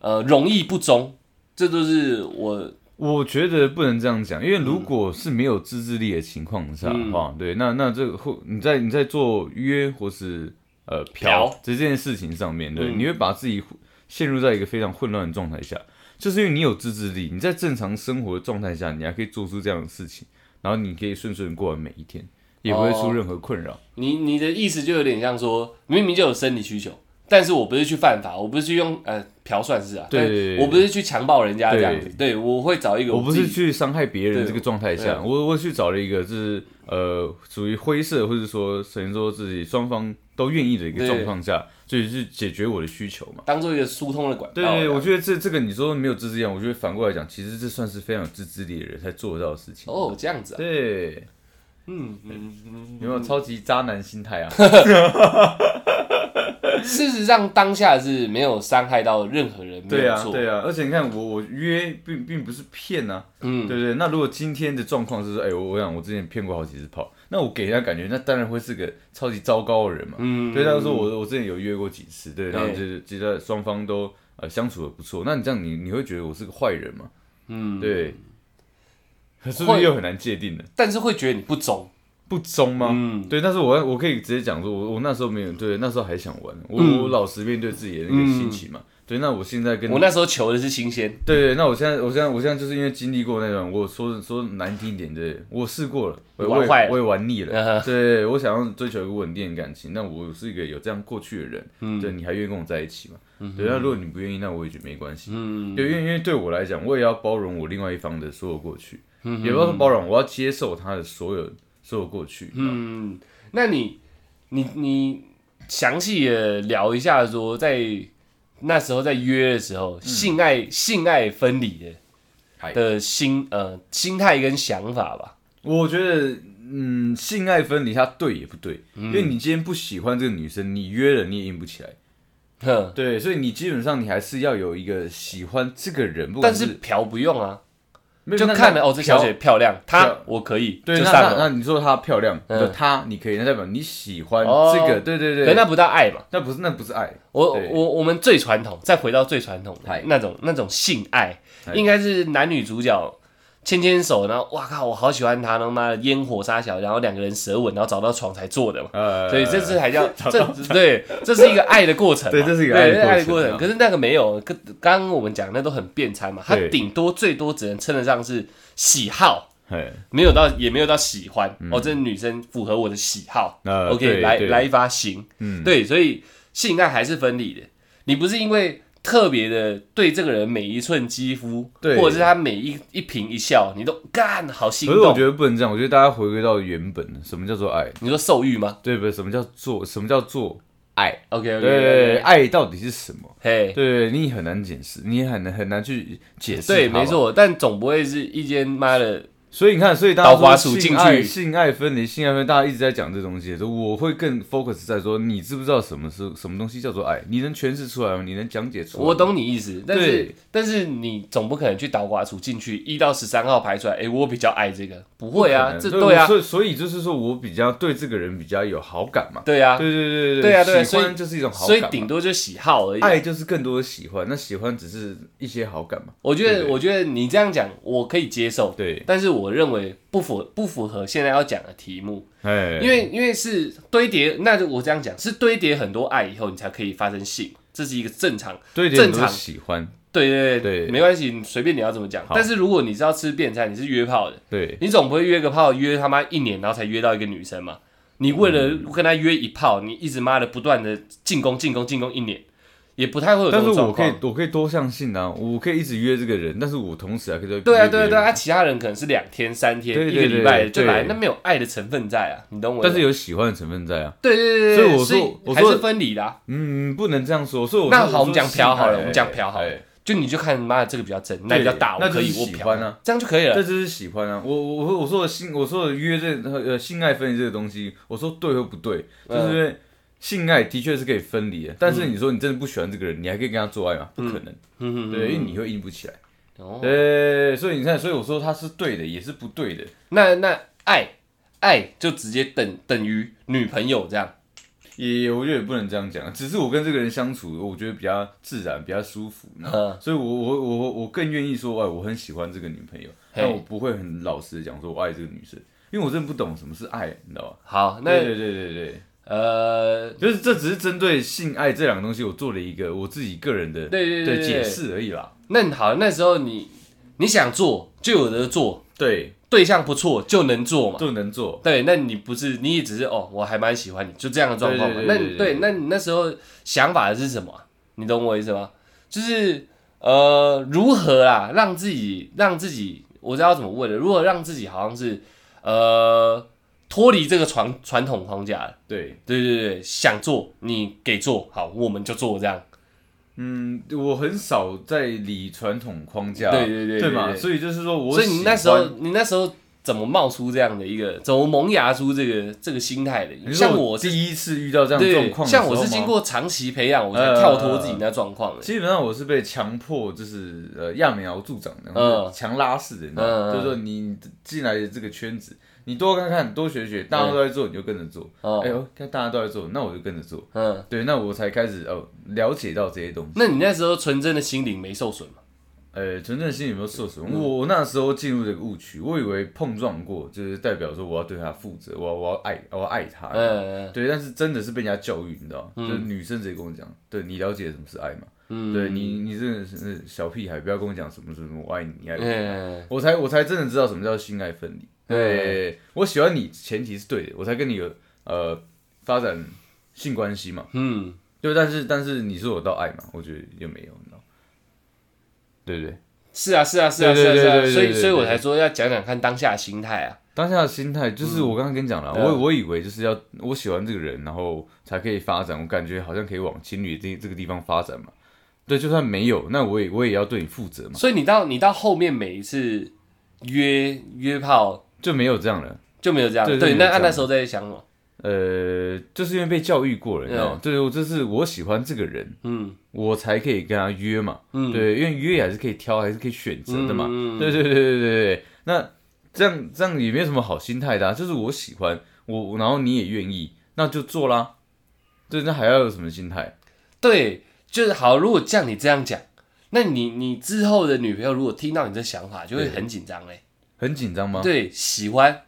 Speaker 1: 呃，容易不忠？这都是我
Speaker 2: 我觉得不能这样讲，因为如
Speaker 1: 嗯
Speaker 2: 果是没有自制力的情况下的话，对，那那这个会你在你在做约或是呃
Speaker 1: 嫖
Speaker 2: 嫖这件事情上面，对，
Speaker 1: 嗯
Speaker 2: 你会把自己陷入在一个非常混乱的状态下，就是因为你有自制力，你在正常生活的状态下，你还可以做出这样的事情，然后你可以顺顺过完每一天，也不会
Speaker 1: 哦
Speaker 2: 出任何困扰。
Speaker 1: 你你的意思就有点像说，明明就有生理需求，但是我不是去犯法，我不是去用呃嫖算是啊，
Speaker 2: 对
Speaker 1: 但
Speaker 2: 对对对
Speaker 1: 我不是去强暴人家这样子，
Speaker 2: 对
Speaker 1: 对我会找一个
Speaker 2: 我不是
Speaker 1: 自己
Speaker 2: 去伤害别人
Speaker 1: 对
Speaker 2: 这个状态
Speaker 1: 对
Speaker 2: 下，
Speaker 1: 啊
Speaker 2: 我我去找了一个就是呃属于灰色，或者说等于说自己双方都愿意的一个
Speaker 1: 对
Speaker 2: 状况下，所以去解决我的需求嘛。
Speaker 1: 当做一个疏通的管道这
Speaker 2: 对
Speaker 1: 样。
Speaker 2: 对，我觉得这这个你说没有自制力啊，我觉得反过来讲，其实这算是非常有自制力的人才做得到的事情。
Speaker 1: 哦这样子啊，
Speaker 2: 对，
Speaker 1: 嗯嗯，
Speaker 2: 有没有超级渣男 心态啊？
Speaker 1: 嗯事实上当下是没有伤害到任何人，没
Speaker 2: 对
Speaker 1: 有
Speaker 2: 啊，
Speaker 1: 错，
Speaker 2: 对啊，而且你看我我约并并不是骗啊，
Speaker 1: 嗯
Speaker 2: 对不对？那如果今天的状况是说，哎、我我想我之前骗过好几次炮，那我给人家感觉，那当然会是个超级糟糕的人嘛。
Speaker 1: 嗯，哎
Speaker 2: 对，他就说我我之前有约过几次，对，然后
Speaker 1: 对
Speaker 2: 就是觉得双方都呃相处的不错，那你这样你你会觉得我是个坏人吗？
Speaker 1: 嗯，
Speaker 2: 对，可是不是又很难界定呢？
Speaker 1: 但是会觉得你不忠，
Speaker 2: 不忠吗？
Speaker 1: 嗯
Speaker 2: 对，但是我我可以直接讲说，我我那时候没有，对，那时候还想玩，我、
Speaker 1: 嗯
Speaker 2: 我老实面对自己的那个心情嘛，对，那我现在跟
Speaker 1: 我那时候求的是新鲜，
Speaker 2: 对对，那我现在，我现在，我现在就是因为经历过那段，我说说难听一点，对我试过了，我
Speaker 1: 玩
Speaker 2: 我也
Speaker 1: 坏了
Speaker 2: 我也玩腻
Speaker 1: 嗯
Speaker 2: 了，对，我想要追求一个稳定的感情，那我是一个有这样过去的人，
Speaker 1: 嗯
Speaker 2: 对，你还愿意跟我在一起吗？对，那如果你不愿意，那我也觉得没关系，
Speaker 1: 嗯，
Speaker 2: 对，因为因为对我来讲，我也要包容我另外一方的所有过去，
Speaker 1: 嗯
Speaker 2: 也不要说包容，我要接受他的所有所有过去，
Speaker 1: 嗯，那你你你详细的聊一下，说在那时候在约的时候，性爱性爱分离的
Speaker 2: 嗯嗨
Speaker 1: 的心呃心态跟想法吧。
Speaker 2: 我觉得，嗯，性爱分离它对也不对，
Speaker 1: 嗯
Speaker 2: 因为你今天不喜欢这个女生，你约了你也硬不起来。
Speaker 1: 哼，
Speaker 2: 对，所以你基本上你还是要有一个喜欢这个人，不管
Speaker 1: 但是嫖不用啊，
Speaker 2: 没有
Speaker 1: 就
Speaker 2: 那
Speaker 1: 看
Speaker 2: 那
Speaker 1: 了哦，这小姐
Speaker 2: 嫖
Speaker 1: 漂亮，她
Speaker 2: 漂
Speaker 1: 我可以
Speaker 2: 对，
Speaker 1: 就
Speaker 2: 那
Speaker 1: 上
Speaker 2: 那
Speaker 1: 了，
Speaker 2: 那你说她漂亮，
Speaker 1: 嗯
Speaker 2: 就她你可以，那代表你喜欢
Speaker 1: 哦
Speaker 2: 这个，对对
Speaker 1: 可
Speaker 2: 对，
Speaker 1: 那不到爱嘛。
Speaker 2: 那不是那不是爱，
Speaker 1: 我
Speaker 2: 对
Speaker 1: 我我们最传统，再回到最传统的
Speaker 2: 嗨
Speaker 1: 那种那种性爱，
Speaker 2: 嗨
Speaker 1: 应该是男女主角牵牵手，然后哇靠，我好喜欢他，然后妈的烟火杀小，然后两个人舌吻，然后找到床才做的嘛。
Speaker 2: 呃，
Speaker 1: 所以这是 还叫这对，这是一个爱的过程嘛，
Speaker 2: 对这是一个
Speaker 1: 对
Speaker 2: 爱的
Speaker 1: 这是爱
Speaker 2: 过程
Speaker 1: 程。
Speaker 2: 啊
Speaker 1: 可是那个没有，跟刚刚我们讲那都很变态嘛，它
Speaker 2: 对
Speaker 1: 顶多最多只能称得上是喜好，
Speaker 2: 嘿，
Speaker 1: 没有到也没有到喜欢、哦，这女生符合我的喜好、
Speaker 2: 呃
Speaker 1: o k
Speaker 2: 嗯对
Speaker 1: 来
Speaker 2: 对
Speaker 1: 来一发行，
Speaker 2: 嗯
Speaker 1: 对，所以性爱还是分离的，你不是因为特别的对这个人每一寸肌肤，
Speaker 2: 对
Speaker 1: 或者是他每一一颦一笑，你都干好心
Speaker 2: 可是我
Speaker 1: 动
Speaker 2: 觉，得不能这样，我觉得大家回归到原本，什么叫做爱？
Speaker 1: 你说受欲吗
Speaker 2: 对不对？什么叫做什么叫做爱？
Speaker 1: ？OK OK，
Speaker 2: 对，，爱到底是什么？
Speaker 1: 嘿。
Speaker 2: 对你很难解释，你也很难很难去解释。
Speaker 1: 对，没。错，但总不会是一间妈的
Speaker 2: 所以你看，所以大家
Speaker 1: 倒花
Speaker 2: 说
Speaker 1: 鼠
Speaker 2: 性
Speaker 1: 进
Speaker 2: 爱、
Speaker 1: 去
Speaker 2: 性爱分离、性爱分离，大家一直在讲这东西的时候，我会更 focus 在说，你知不知道什么是什么东西叫做爱？你能诠释出来吗？你能讲解出来吗？
Speaker 1: 我懂你意思，但是
Speaker 2: 对
Speaker 1: 但是你总不可能去倒挂出进去一到十三号排出来，哎、我比较爱这个，不会啊，这对
Speaker 2: 对
Speaker 1: 啊，
Speaker 2: 所以所以就是说我比较对这个人比较有好感嘛。
Speaker 1: 对啊，
Speaker 2: 对对对
Speaker 1: 对啊对啊
Speaker 2: 喜
Speaker 1: 所以
Speaker 2: 欢就是一种好
Speaker 1: 所
Speaker 2: 感
Speaker 1: 以
Speaker 2: 嘛，
Speaker 1: 顶多就喜好而已。
Speaker 2: 爱就是更多的喜欢，那喜欢只是一些好感嘛。
Speaker 1: 我觉
Speaker 2: 对
Speaker 1: 得，
Speaker 2: 对
Speaker 1: 我觉得你这样讲我可以接受，
Speaker 2: 对，
Speaker 1: 但是我认为不符不符合现在要讲的题目，
Speaker 2: 哎，
Speaker 1: 因为因为是堆叠，那就我这样讲是堆叠很多爱以后，你才可以发生性，这是一个正常。
Speaker 2: 对
Speaker 1: 正
Speaker 2: 点都
Speaker 1: 常
Speaker 2: 是喜欢，
Speaker 1: 对对
Speaker 2: 对
Speaker 1: 没关系，你随便你要怎么讲。
Speaker 2: 好
Speaker 1: 但是如果你是要吃便餐，你是约炮的，
Speaker 2: 对
Speaker 1: 你总不会约个炮约他妈一年，然后才约到一个女生嘛？你为了
Speaker 2: 嗯
Speaker 1: 跟她约一炮，你一直妈的不断的进攻进攻进攻一年，也不太会有这
Speaker 2: 但是
Speaker 1: 种状
Speaker 2: 我可以
Speaker 1: 况。
Speaker 2: 我可以多向性啊，我可以一直约这个人，但是我同时还可以再
Speaker 1: 对啊，
Speaker 2: 约别
Speaker 1: 对啊，
Speaker 2: 人
Speaker 1: 对啊，啊其他人可能是两天、三天、
Speaker 2: 对对
Speaker 1: 一个礼拜
Speaker 2: 对
Speaker 1: 就
Speaker 2: 对
Speaker 1: 来，
Speaker 2: 对
Speaker 1: 那没有爱的成分在啊，你懂我意思
Speaker 2: 但
Speaker 1: 吗？
Speaker 2: 是有喜欢的成分在啊。
Speaker 1: 对对对
Speaker 2: 所以
Speaker 1: 对，
Speaker 2: 我说我
Speaker 1: 还
Speaker 2: 说
Speaker 1: 是分离的啊、
Speaker 2: 嗯，不能这样说。所以我
Speaker 1: 那
Speaker 2: 说
Speaker 1: 好我们讲
Speaker 2: 说
Speaker 1: 嫖好了
Speaker 2: 哎
Speaker 1: 我们讲嫖好了
Speaker 2: 哎
Speaker 1: 就你就看妈的这个比较正，那比较大，我
Speaker 2: 那
Speaker 1: 可以
Speaker 2: 就是
Speaker 1: 我
Speaker 2: 喜
Speaker 1: 嫖
Speaker 2: 欢啊，
Speaker 1: 这样就可以
Speaker 2: 这
Speaker 1: 了。
Speaker 2: 就是喜欢啊。我我我我说的性，我说的约这呃性爱分离这个东西，我说对和不对，就是
Speaker 1: 嗯
Speaker 2: 因为性爱的确是可以分离的。但是你说你真的不喜欢这个人，你还可以跟他做爱吗？不可能，
Speaker 1: 嗯，
Speaker 2: 对，因为你会硬不起来。
Speaker 1: 哦，
Speaker 2: 对，所以你看，所以我说他是对的，也是不对的。
Speaker 1: 那那爱爱就直接等等于女朋友这样。
Speaker 2: 也我觉得也不能这样讲，只是我跟这个人相处，我觉得比较自然，比较舒服。然后
Speaker 1: 嗯
Speaker 2: 所以我我我我更愿意说，哎，我很喜欢这个女朋友，
Speaker 1: 嘿
Speaker 2: 但我不会很老实的讲说我哎爱这个女生，因为我真的不懂什么是爱，你知道吧？
Speaker 1: 好，那
Speaker 2: 对对对对对，
Speaker 1: 呃，
Speaker 2: 就是这只是针对性爱这两个东西，我做了一个我自己个人的
Speaker 1: 对对对对
Speaker 2: 解释而已啦。
Speaker 1: 那好，那时候你你想做就有的做，
Speaker 2: 对，
Speaker 1: 对象不错就能做嘛。
Speaker 2: 就能做。
Speaker 1: 对，那你不是你也只是哦，我还蛮喜欢你，就这样的状况嘛。
Speaker 2: 对
Speaker 1: 那
Speaker 2: 对对
Speaker 1: 你
Speaker 2: 对
Speaker 1: 对，那你那时候想法是什么啊？你懂我意思吗？就是呃，如何啦，让自己让自己，我知道怎么问了，如何让自己好像是呃脱离这个传传统框架了
Speaker 2: 对，
Speaker 1: 对对对，想做你给做好，我们就做这样。
Speaker 2: 嗯，我很少在理传统框架，
Speaker 1: 对对对
Speaker 2: 对
Speaker 1: 对
Speaker 2: 嘛，
Speaker 1: 对
Speaker 2: 所以就是说我
Speaker 1: 所以你那时候
Speaker 2: 喜欢，
Speaker 1: 你那时候怎么冒出这样的一个，怎么萌芽出这个这个心态的？
Speaker 2: 你说
Speaker 1: 像我是
Speaker 2: 第一次遇到这样的状
Speaker 1: 对，
Speaker 2: 况的时候
Speaker 1: 像
Speaker 2: 吗，
Speaker 1: 我是经过长期培养，我才跳脱自己那状况的。
Speaker 2: 基本上我是被强迫，就是呃揠苗助长的，然
Speaker 1: 嗯
Speaker 2: 后强拉式的，你知道
Speaker 1: 嗯嗯
Speaker 2: 吗就是说你进来的这个圈子，你多看看，多学学，大家都在做，你就跟着做。
Speaker 1: 哦
Speaker 2: 哎呦，看大家都在做，那我就跟着做。
Speaker 1: 嗯，
Speaker 2: 对，那我才开始哦了解到这些东西。
Speaker 1: 那你那时候纯真的心灵没受损吗？
Speaker 2: 呃，纯正心理有没有受损？
Speaker 1: 嗯
Speaker 2: 我那时候进入这个误区，我以为碰撞过就是代表说我要对他负责，我要我要爱我要爱他。
Speaker 1: 嗯
Speaker 2: 对，但是真的是被人家教育，你知道，就是女生直接跟我讲，对你了解什么是爱吗？
Speaker 1: 嗯
Speaker 2: 对你你这个是小屁孩，不要跟我讲什么什么我爱你，你爱我，
Speaker 1: 嗯，
Speaker 2: 我才我才真的知道什么叫性爱分离。对，我喜欢你前提是对的，我才跟你有呃发展性关系嘛。
Speaker 1: 嗯，
Speaker 2: 对，但是但是你说我到爱嘛，我觉得也没有，你知道，对不对？
Speaker 1: 是啊，是啊，是啊，是
Speaker 2: 对
Speaker 1: 啊，
Speaker 2: 对
Speaker 1: 是啊，
Speaker 2: 对对
Speaker 1: 所以，
Speaker 2: 对对
Speaker 1: 所以我
Speaker 2: 对
Speaker 1: 才说要讲讲看当下的心态啊。
Speaker 2: 当下的心态就是我刚刚跟你讲了，
Speaker 1: 对啊
Speaker 2: 我我以为就是要我喜欢这个人，然后才可以发展，我感觉好像可以往情侣这这个地方发展嘛。对，就算没有，那我也我也要对你负责嘛，
Speaker 1: 所以你到你到后面每一次约约炮
Speaker 2: 就没有这样了。
Speaker 1: 就没有这样，
Speaker 2: 对
Speaker 1: 对，
Speaker 2: 就没
Speaker 1: 那
Speaker 2: 有这
Speaker 1: 那
Speaker 2: 样
Speaker 1: 那时候在想什么？
Speaker 2: 呃，就是因为被教育过了，你知道吗？对，我就是我喜欢这个人，
Speaker 1: 嗯
Speaker 2: 我才可以跟他约嘛。
Speaker 1: 嗯，
Speaker 2: 对，因为约还是可以挑，还是可以选择的嘛。
Speaker 1: 嗯
Speaker 2: 对对对对对对。那这样这样也没有什么好心态的、啊，就是我喜欢我，然后你也愿意，那就做啦。对，那还要有什么心态？
Speaker 1: 对，就是好。如果像你这样讲，那你你之后的女朋友如果听到你这想法，就会
Speaker 2: 对
Speaker 1: 很紧张哎嘞。
Speaker 2: 很紧张吗？。
Speaker 1: 对，喜欢，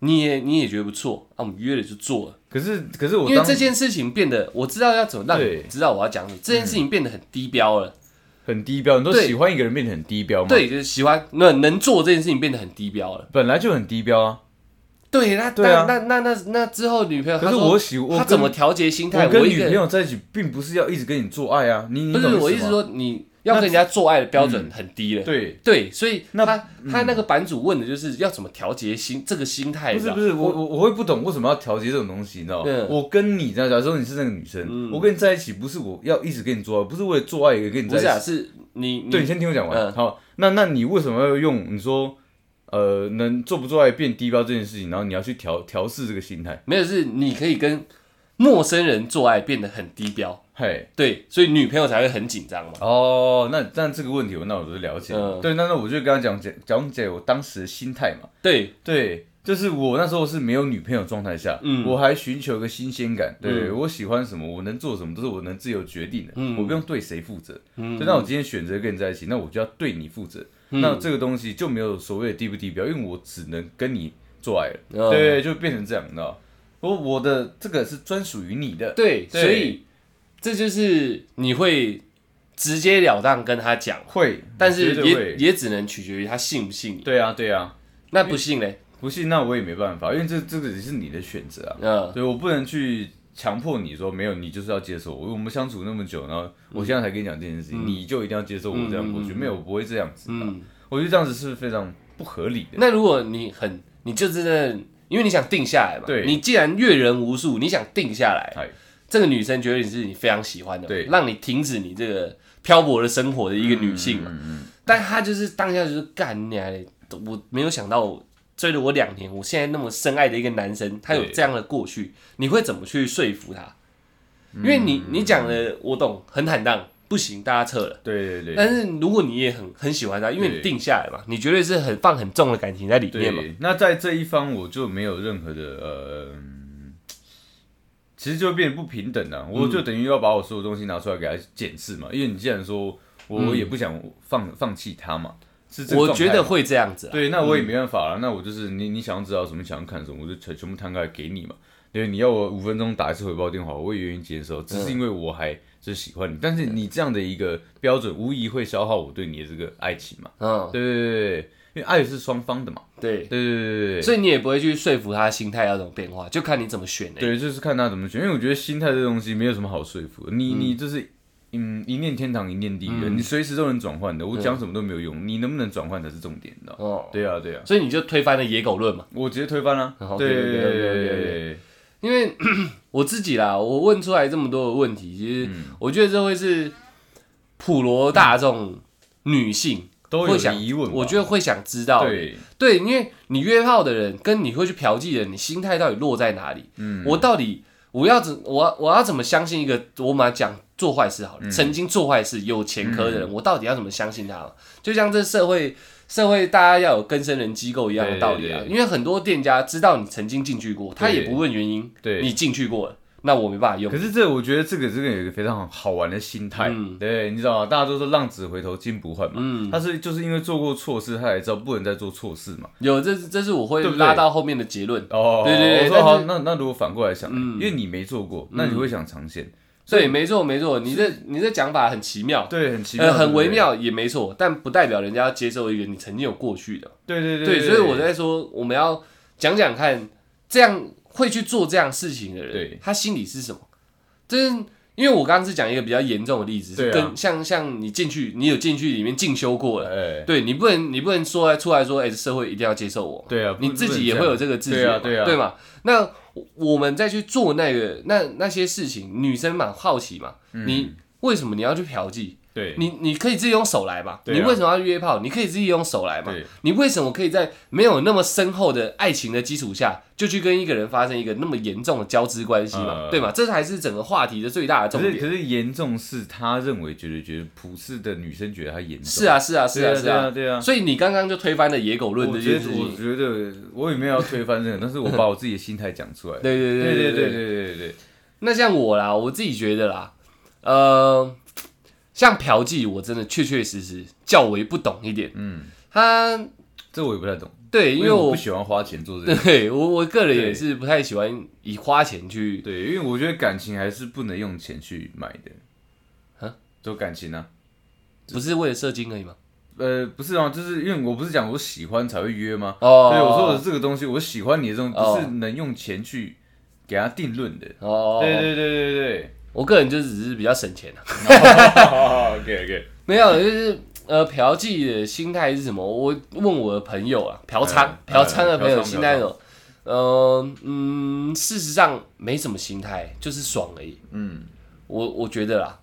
Speaker 1: 你也你也觉得不错，那、我们约了就做了。
Speaker 2: 可是可是我
Speaker 1: 因为
Speaker 2: 当
Speaker 1: 这件事情变得，我知道要怎么让你
Speaker 2: 对
Speaker 1: 知道我要讲你，这件事情变得很低标了。
Speaker 2: 很低标，你都
Speaker 1: 对
Speaker 2: 喜欢一个人变得很低标嘛？，
Speaker 1: 对，就是喜欢，那能做这件事情变得很低标了。
Speaker 2: 本来就很低标啊。
Speaker 1: 对，那
Speaker 2: 对啊
Speaker 1: 那那那那那之后女朋友，
Speaker 2: 可
Speaker 1: 她
Speaker 2: 是
Speaker 1: 说
Speaker 2: 我喜我
Speaker 1: 她
Speaker 2: 跟
Speaker 1: 怎么调节心态？
Speaker 2: 我
Speaker 1: 我
Speaker 2: 跟
Speaker 1: 一
Speaker 2: 女
Speaker 1: 个
Speaker 2: 朋
Speaker 1: 人
Speaker 2: 友在一起，并不是要一直跟你做爱啊。你你
Speaker 1: 不
Speaker 2: 懂
Speaker 1: 是我
Speaker 2: 意
Speaker 1: 意
Speaker 2: 思
Speaker 1: 思
Speaker 2: 吗，嗯
Speaker 1: 说，你要跟人家做爱的标准很低了。
Speaker 2: 对，
Speaker 1: 对，所以
Speaker 2: 那嗯
Speaker 1: 他他那个版主问的就是要怎么调节心这个心态，
Speaker 2: 不
Speaker 1: 你知
Speaker 2: 是
Speaker 1: 道
Speaker 2: 不是，我我我会不懂为什么要调节这种东西，你知道吗
Speaker 1: 对？嗯
Speaker 2: 我跟你在，假如说你是那个女生，我跟你在一起，不是我要一直跟你做爱，不是为了做爱也跟你
Speaker 1: 不是
Speaker 2: 在
Speaker 1: 啊，
Speaker 2: 一起。
Speaker 1: 是你你
Speaker 2: 对，你先听我讲
Speaker 1: 嗯
Speaker 2: 完。好，那那你为什么要用你说呃能做不做爱变低标这件事情，然后你要去调调试这个心态？
Speaker 1: 没有是你可以跟陌生人做爱变得很低标，
Speaker 2: 嘿，
Speaker 1: 对，所以女朋友才会很紧张嘛。
Speaker 2: 哦，那但这个问题我那我都了解
Speaker 1: 嗯。
Speaker 2: 对，那那我就跟他讲解讲解我当时的心态嘛。
Speaker 1: 对，
Speaker 2: 对，就是我那时候是没有女朋友状态下，
Speaker 1: 嗯
Speaker 2: 我还寻求一个新鲜感。对、
Speaker 1: 嗯
Speaker 2: 我喜欢什么，我能做什么都是我能自由决定的，
Speaker 1: 嗯
Speaker 2: 我不用对谁负责。
Speaker 1: 嗯
Speaker 2: 所以，那我今天选择跟你在一起，那我就要对你负责。那这个东西就没有所谓的低不低标，因为我只能跟你做爱了。
Speaker 1: 嗯
Speaker 2: 对，就变成这样，你知道？我我的这个是专属于你的。
Speaker 1: 对，
Speaker 2: 对
Speaker 1: 所以这就是你会直截了当跟他讲，
Speaker 2: 会，
Speaker 1: 但
Speaker 2: 绝
Speaker 1: 是
Speaker 2: 对
Speaker 1: 也
Speaker 2: 会
Speaker 1: 也只能取决于他信不信你。
Speaker 2: 对啊，对啊，
Speaker 1: 那不信嘞，
Speaker 2: 不信那我也没办法，因为这这个也是你的选择啊。
Speaker 1: 嗯
Speaker 2: 对我不能去强迫你说没有，你就是要接受我。我们相处那么久，然后我现在才跟你讲这件事情，你就一定要接受我这样过去，没有，我不会这样子。
Speaker 1: 嗯。
Speaker 2: 我觉得这样子是非常不合理的。
Speaker 1: 那如果你很，你就真的，因为你想定下来嘛，
Speaker 2: 对
Speaker 1: 你既然阅人无数，你想定下来，
Speaker 2: 哎，
Speaker 1: 这个女生觉得你是你非常喜欢的，
Speaker 2: 对
Speaker 1: 让你停止你这个漂泊的生活的一个女性
Speaker 2: 嗯
Speaker 1: 嘛，但她就是当下就是干你还，我没有想到我追了我两年，我现在那么深爱的一个男生，他有
Speaker 2: 对
Speaker 1: 这样的过去，你会怎么去说服他？因为你你讲的我懂，很坦荡，不行，大家撤了。
Speaker 2: 对对对
Speaker 1: 但是如果你也很很喜欢他，因为你
Speaker 2: 对
Speaker 1: 定下来嘛，你绝对是很放很重的感情在里面嘛。
Speaker 2: 对。那在这一方我就没有任何的呃。嗯其实就变得不平等了、我就等于要把我所有东西拿出来给他检视嘛，因为你既然说我也不想放、放弃他嘛，是这个
Speaker 1: 我
Speaker 2: 状态
Speaker 1: 觉得
Speaker 2: 嘛
Speaker 1: 会这样子啊啦。
Speaker 2: 对，那我也没办法了。那我就是你，你想要知道什么，想要看什么，我就全全部摊开给你嘛。因为你要我五分钟打一次回报电话，我也愿意接受，只是因为我还就是喜欢你。但是你这样的一个标准，无疑会消耗我对你的这个爱情嘛。
Speaker 1: 嗯，
Speaker 2: 对对对对，因为爱是双方的嘛。
Speaker 1: 对，
Speaker 2: 对对对对对。
Speaker 1: 所以你也不会去说服他心态要怎么变化，就看你怎么选嘞、
Speaker 2: 对，就是看他怎么选，因为我觉得心态这东西没有什么好说服的。你、你就是，嗯，一念天堂，一念地狱，你随时都能转换的。我讲什么都没有用，你能不能转换才是重点，你知道吗？
Speaker 1: 哦，
Speaker 2: 对啊，对啊，
Speaker 1: 所以你就推翻了野狗论嘛。
Speaker 2: 我直接推翻了、
Speaker 1: 好
Speaker 2: 对对对
Speaker 1: OK，OK，OK，OK，OK
Speaker 2: 对对对对。
Speaker 1: 因为 我自己啦，我问出来这么多的问题，其实
Speaker 2: 嗯
Speaker 1: 我觉得这会是普罗大众女性
Speaker 2: 都
Speaker 1: 会
Speaker 2: 有
Speaker 1: 想
Speaker 2: 疑问吧，
Speaker 1: 我觉得会想知道，
Speaker 2: 对，
Speaker 1: 对，因为你约炮的人跟你会去嫖妓的人，你心态到底落在哪里？嗯，我到底我要怎我要我要怎么相信一个我们讲做坏事
Speaker 2: 嗯
Speaker 1: 好了，曾经做坏事有前科的人，我到底要怎么相信他嘛？就像这社会社会大家要有更生人机构一样的道理啊，
Speaker 2: 对
Speaker 1: 因
Speaker 2: 对
Speaker 1: 为很多店家知道你曾经进去过，他也不问原因，
Speaker 2: 对
Speaker 1: 你进去过了。那我没办法用
Speaker 2: 可。是这我觉得这个这个有一个非常好玩的心态，
Speaker 1: 嗯
Speaker 2: 对，你知道吗？大家都说浪子回头金不换嘛，他是就是因为做过错事，他才知道不能再做错事嘛。
Speaker 1: 有，这是这是我会
Speaker 2: 对不对
Speaker 1: 拉到后面的结论，
Speaker 2: 哦，
Speaker 1: 对对对
Speaker 2: 我说
Speaker 1: 但
Speaker 2: 好，
Speaker 1: 是嗯
Speaker 2: 那那如果反过来想，因为你没做过，那你会想尝鲜，
Speaker 1: 所以没错没错，你这你这讲法很奇妙，
Speaker 2: 对，很奇妙，
Speaker 1: 呃，很微
Speaker 2: 对不对，
Speaker 1: 妙也没错，但不代表人家要接受一个你曾经有过去的。
Speaker 2: 对对
Speaker 1: 对，所以我在说，我们要讲讲看，这样会去做这样事情的人
Speaker 2: 对，
Speaker 1: 他心里是什么？这是因为我刚刚是讲一个比较严重的例子，
Speaker 2: 对
Speaker 1: 是
Speaker 2: 啊
Speaker 1: 跟像像你进去，你有进去里面进修过了，
Speaker 2: 哎，
Speaker 1: 对你不能你不能说来出来说，哎、社会一定要接受我嘛，
Speaker 2: 对啊，
Speaker 1: 你
Speaker 2: 不
Speaker 1: 自己也会有，这个自觉嘛，
Speaker 2: 对啊对啊
Speaker 1: 嘛？那我我们再去做那个那那些事情，女生嘛好奇嘛，
Speaker 2: 嗯
Speaker 1: 你为什么你要去嫖妓？
Speaker 2: 不能这样
Speaker 1: 你你可以自己用手来嘛，
Speaker 2: 对啊
Speaker 1: 你为什么要约炮？你可以自己用手来嘛
Speaker 2: 对，
Speaker 1: 你为什么可以在没有那么深厚的爱情的基础下，就去跟一个人发生一个那么严重的交织关系嘛？
Speaker 2: 呃
Speaker 1: 对嘛？这才是整个话题的最大的重
Speaker 2: 对，可是
Speaker 1: 点。
Speaker 2: 可是严重是他认为觉得觉得普世的女生觉得他严重，
Speaker 1: 是啊，是啊，是
Speaker 2: 对啊，
Speaker 1: 啊，是
Speaker 2: 对啊，对啊。
Speaker 1: 所以你刚刚就推翻了野狗论
Speaker 2: 我
Speaker 1: 这
Speaker 2: 觉
Speaker 1: 件
Speaker 2: 得
Speaker 1: 事
Speaker 2: 我
Speaker 1: 情。
Speaker 2: 觉得我也没有要推翻这个，但是我把我自己的心态讲出来。
Speaker 1: 对 对
Speaker 2: 对
Speaker 1: 对
Speaker 2: 对对对对，
Speaker 1: 那像我啦，我自己觉得啦，呃，像嫖妓，我真的确确实实较为不懂一点。
Speaker 2: 嗯，
Speaker 1: 他
Speaker 2: 这我也不太懂，
Speaker 1: 对，因
Speaker 2: 因
Speaker 1: 为
Speaker 2: 我
Speaker 1: 我
Speaker 2: 不喜欢花钱做这 个。
Speaker 1: 对我我个人也
Speaker 2: 对
Speaker 1: 是不太喜欢以花钱去
Speaker 2: 对，因为我觉得感情还是不能用钱去买的。
Speaker 1: 啊，
Speaker 2: 就感情啊，
Speaker 1: 不是为了射精而已吗？
Speaker 2: 呃，不是啊，就是因为我不是讲我喜欢才会约吗？
Speaker 1: 哦，
Speaker 2: 对，我说的是这个东西，我喜欢你的东西，
Speaker 1: 哦
Speaker 2: 不是能用钱去给他定论的。
Speaker 1: 哦，
Speaker 2: 对对对对
Speaker 1: 我个人就只是比较省钱啊，
Speaker 2: 对。OK OK。
Speaker 1: 没有，就是呃，嫖妓的心态是什么？我问我的朋友啊，嫖娼
Speaker 2: 嗯，
Speaker 1: 嫖娼的朋友
Speaker 2: 嫖娼
Speaker 1: 心态是什么？呃，嗯，事实上没什么心态，就是爽而已。
Speaker 2: 嗯
Speaker 1: 我我觉得啦，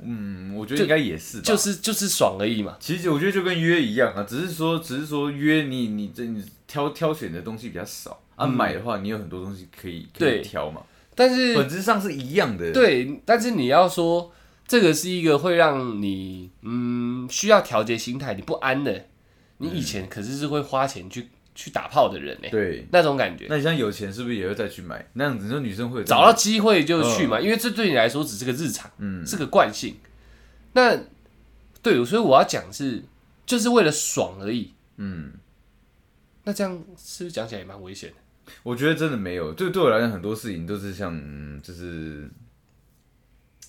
Speaker 2: 嗯，我觉
Speaker 1: 就
Speaker 2: 得应该也是吧。
Speaker 1: 就是就是爽而已嘛。
Speaker 2: 其实我觉得就跟约一样啊，只是说，只是说约你，你这你挑挑选的东西比较少啊，买的话你有很多东西可以可
Speaker 1: 对
Speaker 2: 以挑嘛，
Speaker 1: 但是
Speaker 2: 本质上是一样的。，
Speaker 1: 对，但是你要说这个是一个会让你嗯需要调节心态，你不安的，你以前可是是会花钱去去打炮的人呢、
Speaker 2: 对，
Speaker 1: 那种感觉。
Speaker 2: 那你像有钱是不是也会再去买？那样子，那女生会有这种
Speaker 1: 找到机会就去嘛，因为这对你来说只是个日常，
Speaker 2: 嗯
Speaker 1: 是个惯性。那对，所以我要讲是，就是为了爽而已。
Speaker 2: 嗯，
Speaker 1: 那这样是不是讲起来也蛮危险的？
Speaker 2: 我觉得真的没有，对对我来讲很多事情都是像嗯就是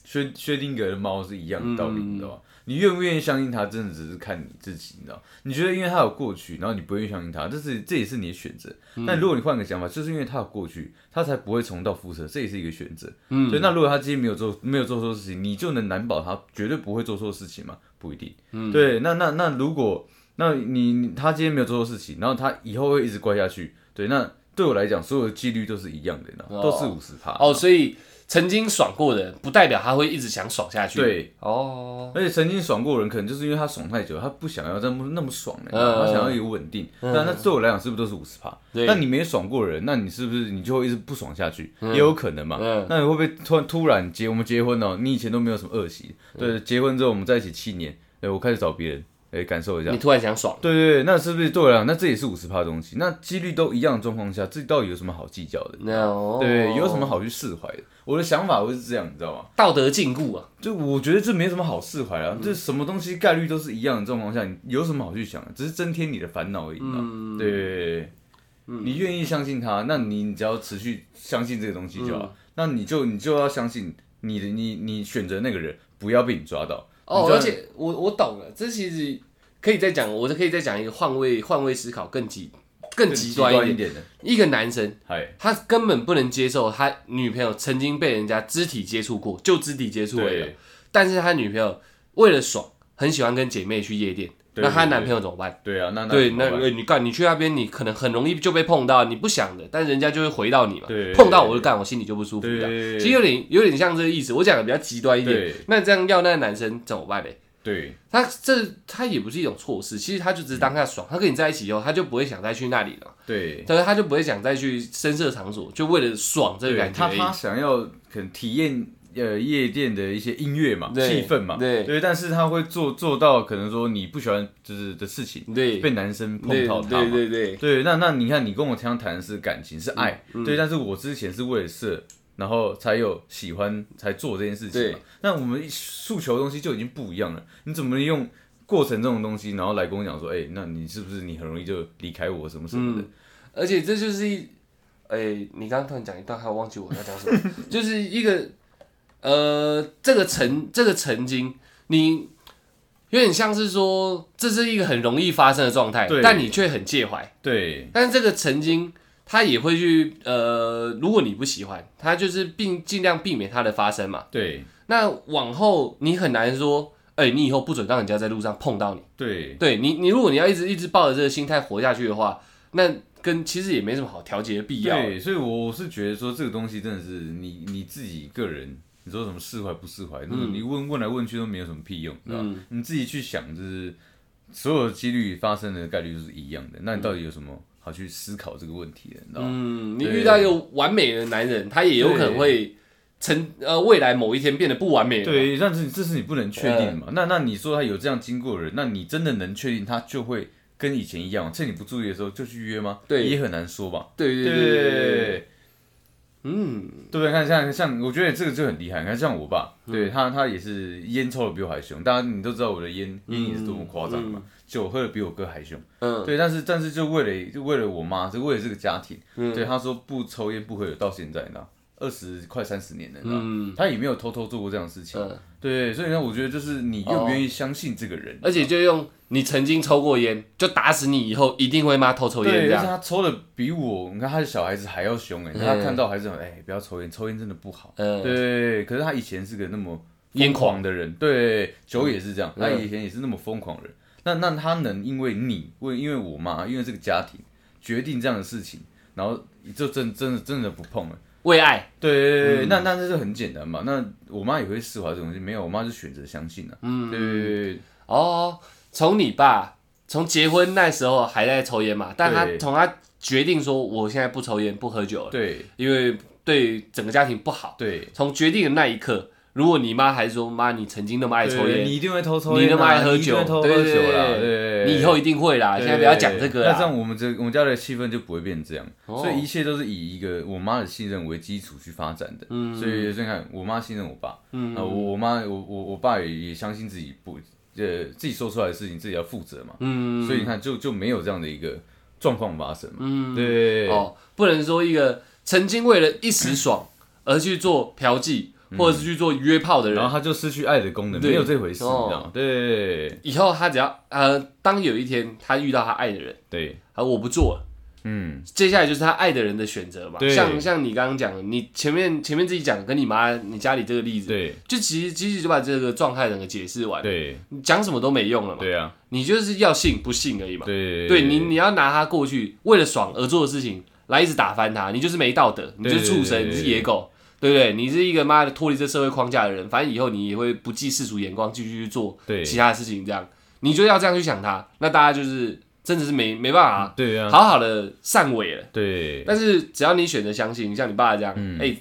Speaker 2: 薛薛定谔的猫是一样的道理，
Speaker 1: 嗯
Speaker 2: 你知道吧？你愿不愿意相信它，真的只是看你自己，你知道？你觉得因为它有过去，然后你不愿意相信它，这是这也是你的选择。但如果你换个想法，就是因为它有过去，它才不会重蹈覆辙，这也是一个选择。
Speaker 1: 嗯
Speaker 2: 所以那如果他今天没有做没有做错事情，你就能难保他绝对不会做错事情吗？不一定。嗯，对，那那那如果那你你他今天没有做错事情，然后他以后会一直怪下去，对，那对我来讲，所有的几率都是一样的，
Speaker 1: 哦
Speaker 2: 都是五十趴。
Speaker 1: 哦，所以曾经爽过的人，不代表他会一直想爽下去。，
Speaker 2: 对，
Speaker 1: 哦，
Speaker 2: 而且曾经爽过的人，可能就是因为他爽太久，他不想要这么那么爽了，
Speaker 1: 嗯
Speaker 2: 他想要有稳定。那那对我来讲，是不是都是五十趴？
Speaker 1: 对
Speaker 2: 那你没爽过的人，那你是不是你就会一直不爽下去？也有可能嘛。
Speaker 1: 嗯
Speaker 2: 那你会不会突然突然结我们结婚哦？你以前都没有什么恶习，对，结婚之后我们在一起七年，对我开始找别人，哎，感受一下
Speaker 1: 你。突然想爽，
Speaker 2: 对对对，那是不是对我来讲，那这也是五十趴的东西？那几率都一样的状况下，这到底有什么好计较的？
Speaker 1: 那、哦、
Speaker 2: 对，有什么好去释怀的？我的想法会是这样，你知道吗？
Speaker 1: 道德禁锢啊？
Speaker 2: 就我觉得这没什么好释怀啊，这什么东西概率都是一样的状况下，你有什么好去想的？只是增添你的烦恼而已嘛。
Speaker 1: 嗯
Speaker 2: 对，你愿意相信它，那你你只要持续相信这个东西就好。
Speaker 1: 嗯
Speaker 2: 那你就你就要相信你的你你选择那个人不要被你抓到。
Speaker 1: 哦
Speaker 2: 你，知道
Speaker 1: 而且我我懂了，这其实可以再讲，我可以再讲一个换位换位思考更极更
Speaker 2: 更
Speaker 1: 极
Speaker 2: 极
Speaker 1: 端一
Speaker 2: 端一
Speaker 1: 点。
Speaker 2: 点的，
Speaker 1: 一个男生
Speaker 2: 嗨，
Speaker 1: 他根本不能接受他女朋友曾经被人家肢体接触过，就肢体接触而已哦
Speaker 2: 对。
Speaker 1: 但是他女朋友为了爽，很喜欢跟姐妹去夜店，
Speaker 2: 对
Speaker 1: 那他
Speaker 2: 对对
Speaker 1: 男朋友怎么办？
Speaker 2: 对啊，那那
Speaker 1: 对，
Speaker 2: 怎么
Speaker 1: 那
Speaker 2: 办
Speaker 1: 呃你干，你去那边，你可能很容易就被碰到，你不想的，但人家就会回到你嘛。
Speaker 2: 对
Speaker 1: 碰到我就干，我心里就不舒服。这样
Speaker 2: 对
Speaker 1: 其实有点有点像这个意思，我讲的比较极端一点
Speaker 2: 对。
Speaker 1: 那这样要那个男生怎么办呢？
Speaker 2: 对
Speaker 1: 他这他也不是一种错事，其实他就只是当下爽，他跟你在一起以后，他就不会想再去那里了，
Speaker 2: 对
Speaker 1: 但是他就不会想再去深色场所，就为了爽这个
Speaker 2: 对，
Speaker 1: 感觉
Speaker 2: 他
Speaker 1: 而已。
Speaker 2: 他想要可能体验呃夜店的一些音乐嘛，
Speaker 1: 对
Speaker 2: 气氛嘛，
Speaker 1: 对
Speaker 2: 对，但是他会做做到可能说你不喜欢就是的事情，
Speaker 1: 对
Speaker 2: 被男生碰
Speaker 1: 对
Speaker 2: 到他
Speaker 1: 对
Speaker 2: 嘛。
Speaker 1: 对对，
Speaker 2: 对，那那你看，你跟我这样谈的是感情是爱，对，但是我之前是为了色，然后才有喜欢才做这件事情嘛
Speaker 1: 对。
Speaker 2: 那我们诉求的东西就已经不一样了，你怎么能用过程中的东西，然后来跟我讲说，哎、那你是不是你很容易就离开我什么什么的？
Speaker 1: 而且这就是一，哎、你刚刚突然讲一段，还有忘记我要讲什 么，就是一个呃，这个曾这个曾经，你有点像是说，这是一个很容易发生的状态
Speaker 2: 对，
Speaker 1: 但你却很介怀。
Speaker 2: 对
Speaker 1: 但是这个曾经，他也会去呃，如果你不喜欢，他就是避尽量避免它的发生嘛。
Speaker 2: 对
Speaker 1: 那往后你很难说，哎、你以后不准让人家在路上碰到你。
Speaker 2: 对
Speaker 1: 对你，你如果你要一直一直抱着这个心态活下去的话，那跟其实也没什么好调节的必要。
Speaker 2: 对，所以我是觉得说这个东西真的是你你自己个人，你说什么释怀不释怀，那
Speaker 1: 嗯
Speaker 2: 种你问问来问去都没有什么屁用，你知道吧？你自己去想，就是所有的几率发生的概率都是一样的，那你到底有什么好去思考这个问题的？你知道吗？
Speaker 1: 嗯，你
Speaker 2: 对
Speaker 1: 遇到一个完美的男人，他也有可能会成呃未来某一天变得不完美了。
Speaker 2: 对，但是这是你不能确定的
Speaker 1: 嗯
Speaker 2: 嘛。那那你说他有这样经过的人，那你真的能确定他就会跟以前一样，趁你不注意的时候就去约吗？
Speaker 1: 对
Speaker 2: 也很难说吧。
Speaker 1: 对对对对对对对，
Speaker 2: 对，
Speaker 1: 嗯，
Speaker 2: 对，看像像，我觉得这个就很厉害。你看像我爸，对他他也是烟抽的比我还凶，大家你都知道我的烟烟瘾是多么夸张嘛，酒喝的比我哥还凶。
Speaker 1: 嗯，
Speaker 2: 对，但是但是就为了就为了我妈，就为了这个家庭，
Speaker 1: 嗯
Speaker 2: 对他说不抽烟不喝酒到现在，你知道，二十快三十年了，你知道，他也没有偷偷做过这样的事
Speaker 1: 嗯
Speaker 2: 情。
Speaker 1: 哦
Speaker 2: 对，所以呢，我觉得就是你愿不愿意相信这个人，
Speaker 1: 而且就用你曾经抽过烟，就打死你以后一定会骂偷抽烟
Speaker 2: 对，
Speaker 1: 这
Speaker 2: 但是
Speaker 1: 样。
Speaker 2: 他抽的比我，你看他的小孩子还要凶哎、欸，他看到还是很哎、不要抽烟，抽烟真的不好。
Speaker 1: 嗯
Speaker 2: 对，可是他以前是个那么
Speaker 1: 烟
Speaker 2: 疯狂的人，对，酒也是
Speaker 1: 嗯
Speaker 2: 这样，他以前也是那么疯狂的人。那那他能因为你，为因为我妈，因为这个家庭决定这样的事情，然后就真真的真的不碰了。
Speaker 1: 为爱，嗯
Speaker 2: 对，那那这就很简单嘛。那我妈也会释怀这种东西，没有，我妈就选择相信了、嗯，对，
Speaker 1: 哦，从你爸从结婚那时候还在抽烟嘛，但他
Speaker 2: 对
Speaker 1: 从他决定说我现在不抽烟不喝酒了，
Speaker 2: 对，
Speaker 1: 因为对整个家庭不好。
Speaker 2: 对，
Speaker 1: 从决定的那一刻，如果你妈还说妈你曾经那么爱抽
Speaker 2: 对
Speaker 1: 烟，
Speaker 2: 你一定会偷抽
Speaker 1: 你
Speaker 2: 烟、啊，
Speaker 1: 那么爱喝
Speaker 2: 你一定
Speaker 1: 酒
Speaker 2: 会，偷喝
Speaker 1: 对对
Speaker 2: 酒啦，
Speaker 1: 对
Speaker 2: 对，
Speaker 1: 你以后一定会啦，
Speaker 2: 对
Speaker 1: 现在不要讲这个
Speaker 2: 那这
Speaker 1: 啦。
Speaker 2: 样我们这我们家的气氛就不会变这样，
Speaker 1: 哦
Speaker 2: 所以一切都是以一个我妈的信任为基础去发展的。
Speaker 1: 嗯
Speaker 2: 所以所以你看，我妈信任我爸，嗯，我我妈我我我爸也也相信自己不呃自己说出来的事情自己要负责嘛，嗯，所以你看就就没有这样的一个状况发生嘛，嗯，对，
Speaker 1: 哦，不能说一个曾经为了一时爽
Speaker 2: 嗯
Speaker 1: 而去做嫖妓，或者是去做约炮的
Speaker 2: 然后
Speaker 1: 人，
Speaker 2: 他就失去爱的功能，
Speaker 1: 对
Speaker 2: 没有这回事，你知
Speaker 1: 哦
Speaker 2: 道吗？对
Speaker 1: 以后他只要呃，当有一天他遇到他爱的人，
Speaker 2: 对，
Speaker 1: 而我不做了，
Speaker 2: 嗯，
Speaker 1: 接下来就是他爱的人的选择嘛
Speaker 2: 对。
Speaker 1: 像像你刚刚讲的，你前面前面自己讲的跟你妈、你家里这个例子，
Speaker 2: 对
Speaker 1: 就其实其实就把这个状态整个解释完，
Speaker 2: 对
Speaker 1: 你讲什么都没用了嘛，
Speaker 2: 对啊，
Speaker 1: 你就是要信不信而已嘛。
Speaker 2: 对
Speaker 1: 对你，你要拿他过去为了爽而做的事情，来一直打翻他，你就是没道德，你就是畜
Speaker 2: 对对
Speaker 1: 生，
Speaker 2: 对
Speaker 1: 你是野狗，对不对？你是一个妈的脱离这社会框架的人，反正以后你也会不计世俗眼光继续去做
Speaker 2: 对
Speaker 1: 其他的事情，这样你就要这样去想他。那大家就是真的是没没办法、
Speaker 2: 对啊，
Speaker 1: 好好的散尾了。
Speaker 2: 对嗯
Speaker 1: 但是只要你选择相信，像你爸这样，哎、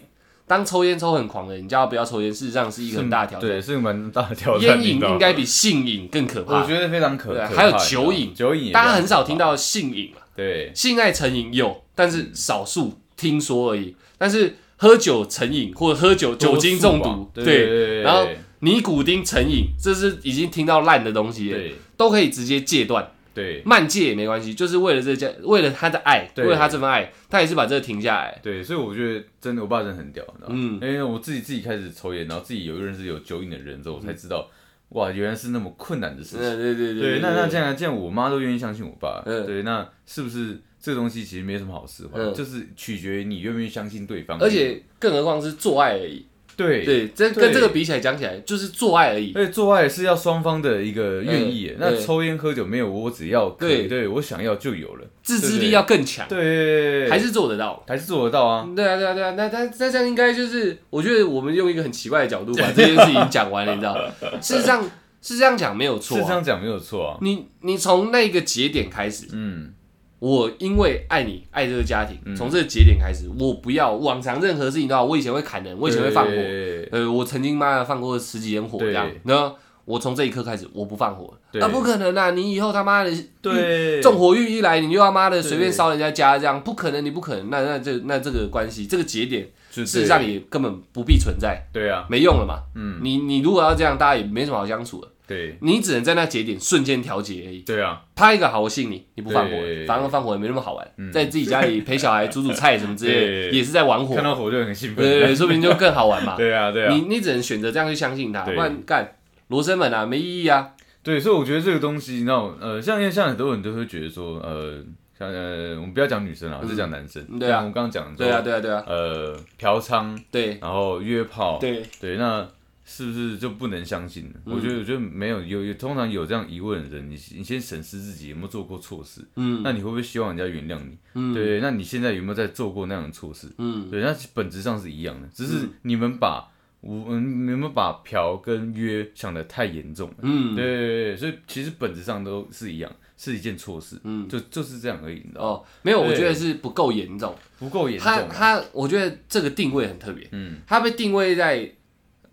Speaker 1: 当抽烟抽很狂的人，你叫他不要抽烟，事实上是一个很大的挑
Speaker 2: 嗯对，
Speaker 1: 战。
Speaker 2: 是个蛮大的挑战。
Speaker 1: 烟
Speaker 2: 你
Speaker 1: 瘾
Speaker 2: 知道吗
Speaker 1: 应该比性瘾更可
Speaker 2: 我
Speaker 1: 怕，
Speaker 2: 觉得非常可
Speaker 1: 对
Speaker 2: 可
Speaker 1: 啊
Speaker 2: 怕。
Speaker 1: 还有
Speaker 2: 你知道吗
Speaker 1: 酒瘾
Speaker 2: 酒瘾也
Speaker 1: 大家很少
Speaker 2: 非常
Speaker 1: 听
Speaker 2: 可怕。
Speaker 1: 到性瘾嘛。
Speaker 2: 对
Speaker 1: 性爱成瘾有，但是少数听说而已。但是喝酒成瘾或者喝酒酒精中
Speaker 2: 多数
Speaker 1: 毒
Speaker 2: 吧，对
Speaker 1: 对，
Speaker 2: 对
Speaker 1: 然后尼古丁成瘾，这是已经听到烂的东西了，
Speaker 2: 对
Speaker 1: 都可以直接戒断，
Speaker 2: 对
Speaker 1: 慢戒也没关系，就是为了这家，为了他的爱，
Speaker 2: 对
Speaker 1: 为了他这份爱，他也是把这个停下来。
Speaker 2: 对，所以我觉得真的，我爸真的很屌，你知道吗？
Speaker 1: 嗯
Speaker 2: 因为我自己自己开始抽烟，然后自己有认识有酒瘾的人之后，我才知道，哇，原来是那么困难的事情。
Speaker 1: 嗯，对对
Speaker 2: 对，那那这样，既然我妈都愿意相信我爸，
Speaker 1: 嗯
Speaker 2: 对，那是不是这东西其实没什么好释怀，
Speaker 1: 嗯
Speaker 2: 就是取决于你愿不愿意相信对方。
Speaker 1: 而且更何况是做爱而已。
Speaker 2: 对
Speaker 1: 对，这
Speaker 2: 对
Speaker 1: 跟这个比起来，讲起来就是做爱而已。
Speaker 2: 而且做爱是要双方的一个愿意耶，
Speaker 1: 嗯
Speaker 2: 那
Speaker 1: 对
Speaker 2: 抽烟喝酒没有，我只要可
Speaker 1: 对
Speaker 2: 以对我想要就有了，
Speaker 1: 自制力要更强，
Speaker 2: 对，
Speaker 1: 还是做得到。
Speaker 2: 还是做得到啊，
Speaker 1: 对啊，对啊，对啊，那那那这样应该就是，我觉得我们用一个很奇怪的角度把这件事情讲完了，你知 道？事实上是这样讲没有错
Speaker 2: 是
Speaker 1: 啊、
Speaker 2: 这样讲没有错啊，
Speaker 1: 你你从那个节点开始，
Speaker 2: 嗯，
Speaker 1: 我因为爱你，爱这个家庭，从这个节点开始，我不要往常任何事情都要。我以前会砍人，我以前会放火，
Speaker 2: 对
Speaker 1: 呃，我曾经妈的放过十几天火
Speaker 2: 对
Speaker 1: 这样。那我从这一刻开始，我不放火
Speaker 2: 对
Speaker 1: 了。啊，不可能啊！你以后他妈的
Speaker 2: 对，
Speaker 1: 纵火欲一来，你就他妈的
Speaker 2: 对
Speaker 1: 随便烧人家家，这样不可能，你不可能。那那这那这个关系，这个节点
Speaker 2: 事
Speaker 1: 事实上也根本不必存在，
Speaker 2: 对啊，
Speaker 1: 没用了嘛。嗯，你你如果要这样，大家也没什么好相处的，
Speaker 2: 对
Speaker 1: 你只能在那节点瞬间调节而已。
Speaker 2: 对啊，
Speaker 1: 他一个好，我信你，你不放火
Speaker 2: 对，嗯
Speaker 1: 反而放火也没那么好玩，在自己家里陪小孩煮煮菜什么之类的，
Speaker 2: 对
Speaker 1: 也是在玩火
Speaker 2: 看，到火就很兴
Speaker 1: 对对
Speaker 2: 奋。
Speaker 1: 对，说不定就更好玩嘛。
Speaker 2: 对啊，对啊，
Speaker 1: 你你只能选择这样去相信他，不
Speaker 2: 对
Speaker 1: 然干罗生门啊，没意义啊。
Speaker 2: 对，所以我觉得这个东西，你知道，呃，像像很多人都会觉得说，呃，像呃，我们不要讲女生啊，我就讲男生。
Speaker 1: 对啊
Speaker 2: 像我们刚刚讲的
Speaker 1: 对啊，，对啊，对啊，
Speaker 2: 呃，嫖娼，
Speaker 1: 对
Speaker 2: 然后约炮，
Speaker 1: 对，嗯
Speaker 2: 对，那是不是就不能相信呢？我觉得，我觉得没有，有有，通常有这样疑问的人，你你先审视自己有没有做过错事，
Speaker 1: 嗯
Speaker 2: 那你会不会希望人家原谅你？
Speaker 1: 嗯
Speaker 2: 对，那你现在有没有在做过那样的错事？
Speaker 1: 嗯，
Speaker 2: 对，那其实本质上是一样的，只是你们把我，嗯，你们把嫖跟约想的太严重了。
Speaker 1: 嗯，
Speaker 2: 对对对，所以其实本质上都是一样，是一件错事，
Speaker 1: 嗯
Speaker 2: 就就是这样而已，你知道吗？
Speaker 1: 哦，没有，我
Speaker 2: 对
Speaker 1: 觉得是不够严重。
Speaker 2: 不够严重
Speaker 1: 他
Speaker 2: 啊，
Speaker 1: 他，我觉得这个定位很特别，
Speaker 2: 嗯，
Speaker 1: 他被定位在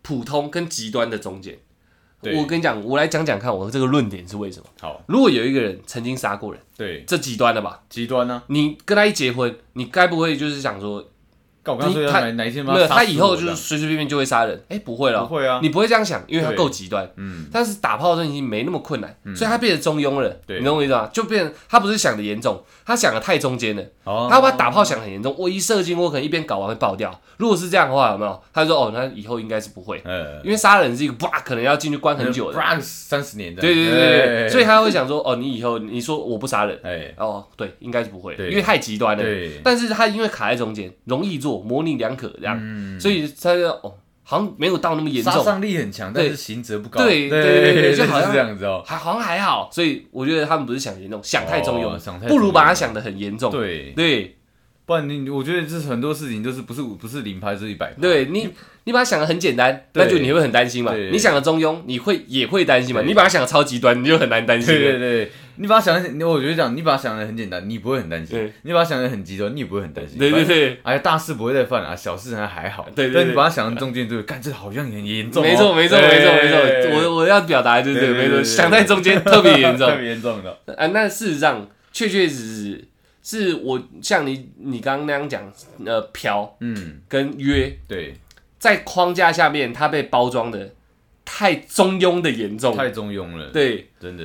Speaker 1: 普通跟极端的中间。
Speaker 2: 对
Speaker 1: 我跟你讲，我来讲讲看，我这个论点是为什么？
Speaker 2: 好，
Speaker 1: 如果有一个人曾经杀过人，
Speaker 2: 对，
Speaker 1: 这极端了吧？
Speaker 2: 极端啊呢、
Speaker 1: 你跟他一结婚，你该不会就是想说，
Speaker 2: 告我刚刚说要
Speaker 1: 他
Speaker 2: 哪哪一天把
Speaker 1: 没有，
Speaker 2: 杀
Speaker 1: 他
Speaker 2: 死
Speaker 1: 以后
Speaker 2: 我
Speaker 1: 就
Speaker 2: 这
Speaker 1: 是
Speaker 2: 样
Speaker 1: 随随便便就会杀人？哎，不会了
Speaker 2: 不，会啊，
Speaker 1: 你不会这样想，因为他
Speaker 2: 对
Speaker 1: 够极端。
Speaker 2: 嗯，
Speaker 1: 但是打炮这已经没那么困难，所以他变得中庸了。
Speaker 2: 对
Speaker 1: 你懂我意思吗？就变成他不是想的严重，他想的太中间了。
Speaker 2: 哦，
Speaker 1: 他把打炮想得很严重，我一射精，我可能一边搞完会爆掉。如果是这样的话，有没有？他就说哦，那以后应该是不会，
Speaker 2: 呃，
Speaker 1: 因为杀人是一个哇，可能要进去关很久的。
Speaker 2: 的，三十年的，
Speaker 1: 对对对对对，
Speaker 2: 哎
Speaker 1: 所以他会想说哦，你以后你说我不杀人，
Speaker 2: 哎，
Speaker 1: 哦，对，应该是不会，
Speaker 2: 对
Speaker 1: 因为太极端了。
Speaker 2: 对，
Speaker 1: 但是他因为卡在中间，容易做，模棱两可这样，所以他就哦，好像没有到那么严
Speaker 2: 嗯杀
Speaker 1: 重。
Speaker 2: 伤力很强，但
Speaker 1: 对
Speaker 2: 是刑责不高，
Speaker 1: 对对对
Speaker 2: 对
Speaker 1: 对 就
Speaker 2: 就
Speaker 1: 好像
Speaker 2: 是这样子哦，
Speaker 1: 还好像还好，所以我觉得他们不是想严重，想太中庸，
Speaker 2: 哦想太
Speaker 1: 不如
Speaker 2: 中庸
Speaker 1: 把它想得很严重。
Speaker 2: 对，
Speaker 1: 对
Speaker 2: 不然你我觉得这是很多事情都是不是不是零拍就是一百，
Speaker 1: 对，你你把它想得很简单，
Speaker 2: 对
Speaker 1: 那就你会很担心嘛。
Speaker 2: 对
Speaker 1: 你想的中庸，你会也会担心嘛。
Speaker 2: 对
Speaker 1: 你把它想的超极端，你就很难担心
Speaker 2: 对对
Speaker 1: 了。
Speaker 2: 对，你把它想得，我觉得讲，你把它想的很简单，你不会很担心
Speaker 1: 对；
Speaker 2: 你把它想的很极端，你也不会很担心。
Speaker 1: 对对对，
Speaker 2: 哎，大事不会再犯了，小事还还好。
Speaker 1: 对对对
Speaker 2: 但你把它想成中间，对，干这好像很严重哦。
Speaker 1: 没错没错没错没错，
Speaker 2: 我
Speaker 1: 我我要表达的就是这个，没错，想在
Speaker 2: 在
Speaker 1: 中间特别严重
Speaker 2: 特。别严重的。
Speaker 1: 啊，那事实上确确实实是我像你你刚刚那样讲，呃，嫖
Speaker 2: 嗯，
Speaker 1: 跟约
Speaker 2: 对，
Speaker 1: 在框架下面，它被包装的太中庸的严重了。
Speaker 2: 太中庸了，，
Speaker 1: 对，
Speaker 2: 真的，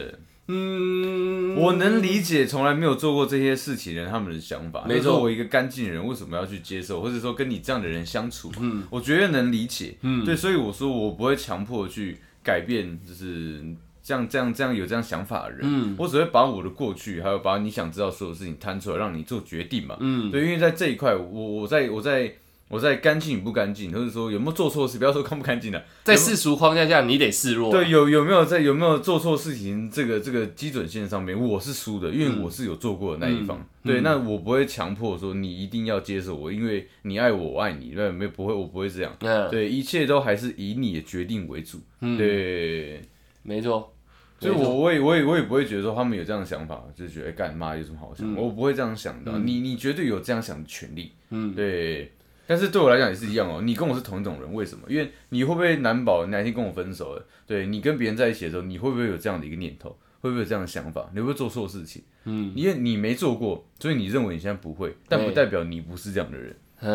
Speaker 1: 嗯，
Speaker 2: 我能理解从来没有做过这些事情的人他们的想法。
Speaker 1: 没错
Speaker 2: 就是说我一个干净人为什么要去接受，或者说跟你这样的人相处，
Speaker 1: 嗯
Speaker 2: 我绝对能理解。
Speaker 1: 嗯，
Speaker 2: 对，所以我说我不会强迫去改变，就是这样这样这样有这样想法的人，
Speaker 1: 嗯
Speaker 2: 我只会把我的过去，还有把你想知道所有事情摊出来，让你做决定嘛。
Speaker 1: 嗯，
Speaker 2: 对，因为在这一块，我我在我在我在干净与不干净，或者说有没有做错事，不要说干不干净的，
Speaker 1: 在世俗框架下，你得示弱。啊
Speaker 2: 对，有有没有在有没有做错事情这个这个基准线上面，我是输的，因为我是有做过的那一方。对，那我不会强迫说你一定要接受我，因为你爱我，我爱你，那没有不会，我不会这样。
Speaker 1: 嗯，
Speaker 2: 对，一切都还是以你的决定为主。对，
Speaker 1: 没错。
Speaker 2: 所以
Speaker 1: 没
Speaker 2: 我
Speaker 1: 错
Speaker 2: 我也我也我也不会觉得说他们有这样的想法，就是觉得哎干妈有什么好想，我不会这样想的。啊你你绝对有这样想的权利。
Speaker 1: 嗯，
Speaker 2: 对。但是对我来讲也是一样哦，你跟我是同一种人，为什么？因为你会不会难保哪一天跟我分手了？对你跟别人在一起的时候，你会不会有这样的一个念头？会不会有这样的想法？你会不会做错事情？
Speaker 1: 嗯，
Speaker 2: 因为你没做过，所以你认为你现在不会，但不代表你不是这样的人。对，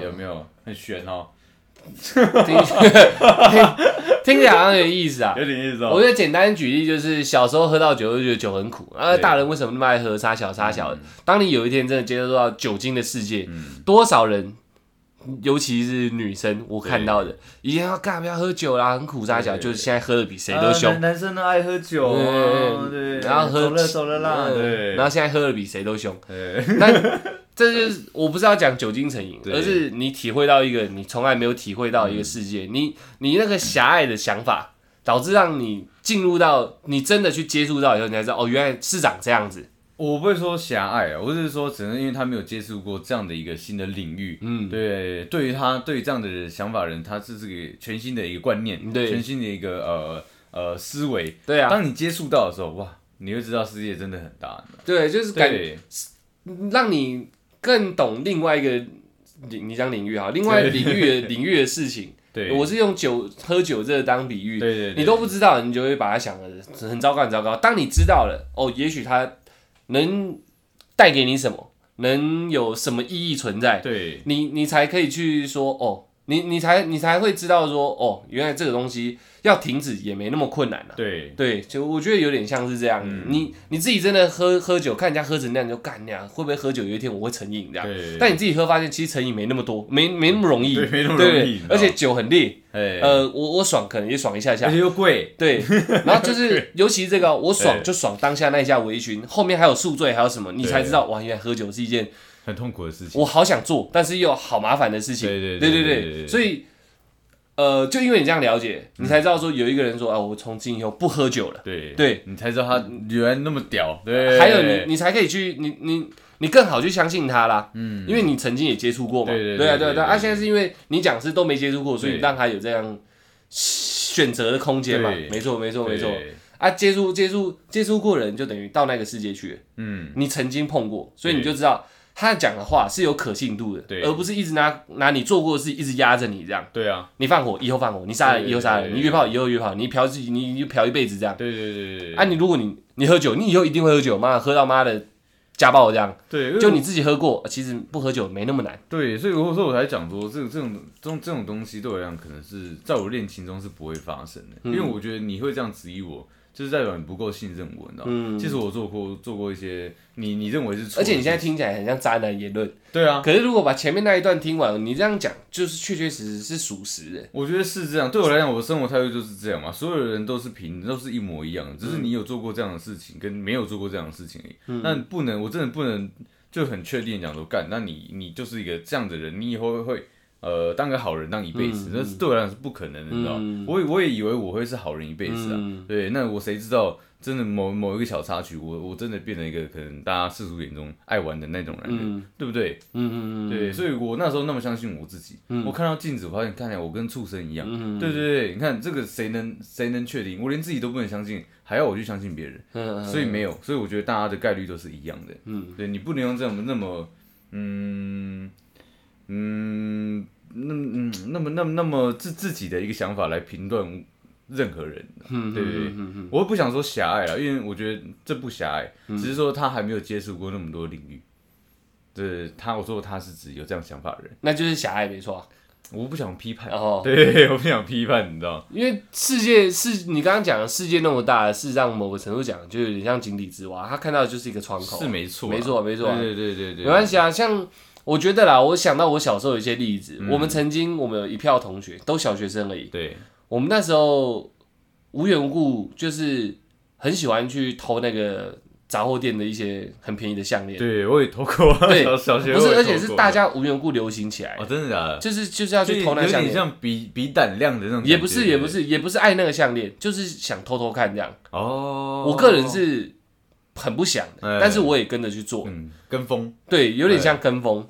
Speaker 1: 嗯，
Speaker 2: 有没有很悬哦？
Speaker 1: 听听起来好像有意思啊。
Speaker 2: 有点意思
Speaker 1: 我觉得简单举例就是，小时候喝到酒就觉得酒很苦，啊，
Speaker 2: 对嗯
Speaker 1: 大人为什么那么爱喝差小差小的？当你有一天真的接触到酒精的世界，多少人，尤其是女生，我看到的，以前要干不要喝酒啦，很苦差小，
Speaker 2: 对对
Speaker 1: 就是现在喝的比谁都凶
Speaker 2: 啊男，男生都爱喝酒哦，对，
Speaker 1: 然后喝
Speaker 2: 走了走了啦，
Speaker 1: 嗯
Speaker 2: 对，
Speaker 1: 然后现在喝的比谁都凶。
Speaker 2: 对
Speaker 1: 但这就是我不是要讲酒精成瘾，
Speaker 2: 对
Speaker 1: 而是你体会到一个你从来没有体会到的一个世界，你你那个狭隘的想法，导致让你进入到你真的去接触到以后，你才知道哦，原来市长这样子。
Speaker 2: 我不会说狭隘啊，我只是说，只能因为他没有接触过这样的一个新的领域，
Speaker 1: 嗯，
Speaker 2: 对，对于他对于这样的人想法的人，他是这个全新的一个观念，
Speaker 1: 对
Speaker 2: 全新的一个呃呃思维。
Speaker 1: 对啊，
Speaker 2: 当你接触到的时候，哇，你会知道世界真的很大，
Speaker 1: 对，就是感
Speaker 2: 对，
Speaker 1: 让你更懂另外一个领，你讲领域哈，另外领域的领域的事 情。
Speaker 2: 对，
Speaker 1: 我是用酒喝酒这个当比喻，
Speaker 2: 对对对
Speaker 1: 你都不知道，你就会把它想的很糟糕，很糟糕。当你知道了，哦，也许它能带给你什么，能有什么意义存在，
Speaker 2: 对，
Speaker 1: 你你才可以去说哦，你你才你才会知道说哦，原来这个东西要停止也没那么困难啊。
Speaker 2: 对，嗯
Speaker 1: 对，就我觉得有点像是这样，你你自己真的喝喝酒，看人家喝成那样，你就干那样，会不会喝酒有一天我会成瘾这样？
Speaker 2: 对，
Speaker 1: 但你自己喝发现，其实成瘾没那么多，没没那么容易，
Speaker 2: 对没那么
Speaker 1: 对
Speaker 2: 容易你知道
Speaker 1: 而且酒很烈，
Speaker 2: 哎，
Speaker 1: 呃，我我爽可能也爽一下
Speaker 2: 而
Speaker 1: 下
Speaker 2: 且，又贵，
Speaker 1: 对，然后就是尤其这个我爽
Speaker 2: 对
Speaker 1: 就爽当下那一下微醺，后面还有宿醉还有什么，你才知道哇，原来喝酒是一件
Speaker 2: 很痛苦的事情。
Speaker 1: 我好想做，但是又好麻烦的事情。
Speaker 2: 对对
Speaker 1: 对
Speaker 2: 对
Speaker 1: 对
Speaker 2: 对对对嗯
Speaker 1: 所以呃，就因为你这样了解，你才知道说有一个人说啊，我从今以后不喝酒了。
Speaker 2: 对
Speaker 1: 对，嗯
Speaker 2: 你才知道他原来那么屌。对，
Speaker 1: 还有你，你才可以去，你你你更好去相信他啦。嗯，因为你曾经也接触过嘛。
Speaker 2: 对对对
Speaker 1: 啊
Speaker 2: 对
Speaker 1: 对啊
Speaker 2: 对
Speaker 1: 对啊。
Speaker 2: 对
Speaker 1: 啊，现在是因为你讲是都没接触过，所以
Speaker 2: 对
Speaker 1: 让他有这样选择的空间嘛
Speaker 2: 对。
Speaker 1: 没错没错没错。
Speaker 2: 对
Speaker 1: 啊，接触接触接触过的人，就等于到那个世界去了。
Speaker 2: 嗯，
Speaker 1: 你曾经碰过，所以你
Speaker 2: 对
Speaker 1: 就知道他讲的话是有可信度的，
Speaker 2: 对
Speaker 1: 而不是一直拿拿你做过的事一直压着你这样。
Speaker 2: 对啊，
Speaker 1: 你放火以后放火，你杀人
Speaker 2: 对
Speaker 1: 以后杀
Speaker 2: 对
Speaker 1: 人，
Speaker 2: 对
Speaker 1: 你约炮以后约炮，你嫖自己你你嫖一辈子这样。
Speaker 2: 对对对对对
Speaker 1: 啊，你如果你你喝酒，你以后一定会喝酒，妈的喝到妈的家暴这样。
Speaker 2: 对，因为
Speaker 1: 就你自己喝过，其实不喝酒没那么难。
Speaker 2: 对，所以我说我才讲说，这种这种这种这种东西对我来讲，可能是在我恋情中是不会发生的，
Speaker 1: 嗯
Speaker 2: 因为我觉得你会这样质疑我，就是代表你不够信任我，你知道吗？其实我做过做过一些你你认为是错的事
Speaker 1: 嗯
Speaker 2: 情，
Speaker 1: 而且你现在听起来很像渣男言论，
Speaker 2: 对啊，
Speaker 1: 可是如果把前面那一段听完，你这样讲就是确确实实是属实的。
Speaker 2: 我觉得是这样，对我来讲，我的生活态度就是这样嘛。所有人都是平等，都是一模一样的，只是你有做过这样的事情，跟没有做过这样的事情而已。那不能，我真的不能就很确定地讲说，干，那你你就是一个这样的人，你以后会呃当个好人当一辈子，那是对我来讲是不可能的，你知道吗？我也我也以为我会是好人一辈子啊，
Speaker 1: 嗯
Speaker 2: 对，那我谁知道真的某某一个小插曲，我我真的变成一个可能大家世俗眼中爱玩的那种人，
Speaker 1: 嗯
Speaker 2: 对不对？
Speaker 1: 嗯嗯嗯，嗯
Speaker 2: 对，所以我那时候那么相信我自己，我看到镜子，我发现看起来我跟畜生一样。对对对，你看这个谁能谁能确定？我连自己都不能相信，还要我去相信别人，
Speaker 1: 嗯嗯，
Speaker 2: 所以没有，所以我觉得大家的概率都是一样的。嗯，对你不能用这种那么，嗯嗯，那嗯那么那么那么自自己的一个想法来评断任何人。
Speaker 1: 嗯
Speaker 2: 对对对
Speaker 1: 嗯嗯嗯
Speaker 2: 我又不想说狭隘了，因为我觉得这不狭隘，只是说他还没有接触过那么多领域。对他，我说他是指有这样想法的人。
Speaker 1: 那就是狭隘没错啊。
Speaker 2: 我不想批判，
Speaker 1: 然后
Speaker 2: 对， 我不想批判，你知道？
Speaker 1: 因为世界是你刚刚讲的世界那么大，事实上某个程度讲，就有点像井底之蛙，他看到的就是一个窗口啊、
Speaker 2: 是没错啊，
Speaker 1: 没错没错啊
Speaker 2: 对对对对，
Speaker 1: 没关系啊。像我觉得啦，我想到我小时候有一些例子，
Speaker 2: 嗯
Speaker 1: 我们曾经我们有一票同学都小学生而已，
Speaker 2: 对，
Speaker 1: 我们那时候无缘无故就是很喜欢去偷那个杂货店的一些很便宜的项链，
Speaker 2: 对我也投过啊，
Speaker 1: 对
Speaker 2: 小小学
Speaker 1: 不
Speaker 2: 我
Speaker 1: 是，
Speaker 2: 也
Speaker 1: 而且
Speaker 2: 投
Speaker 1: 是
Speaker 2: 过
Speaker 1: 大家无缘无故流行起来
Speaker 2: 哦，，真的假的？
Speaker 1: 就是就是要
Speaker 2: 就
Speaker 1: 去偷那
Speaker 2: 有
Speaker 1: 个项
Speaker 2: 点
Speaker 1: 链。
Speaker 2: 像比比胆量的那种，
Speaker 1: 也不是，也不，是，也不是爱那个项链，就是想偷偷看这样。
Speaker 2: 哦，
Speaker 1: 我个人是很不想的，
Speaker 2: 哎
Speaker 1: 但是我也跟着去做，
Speaker 2: 嗯哎跟风，
Speaker 1: 对，有点像跟风。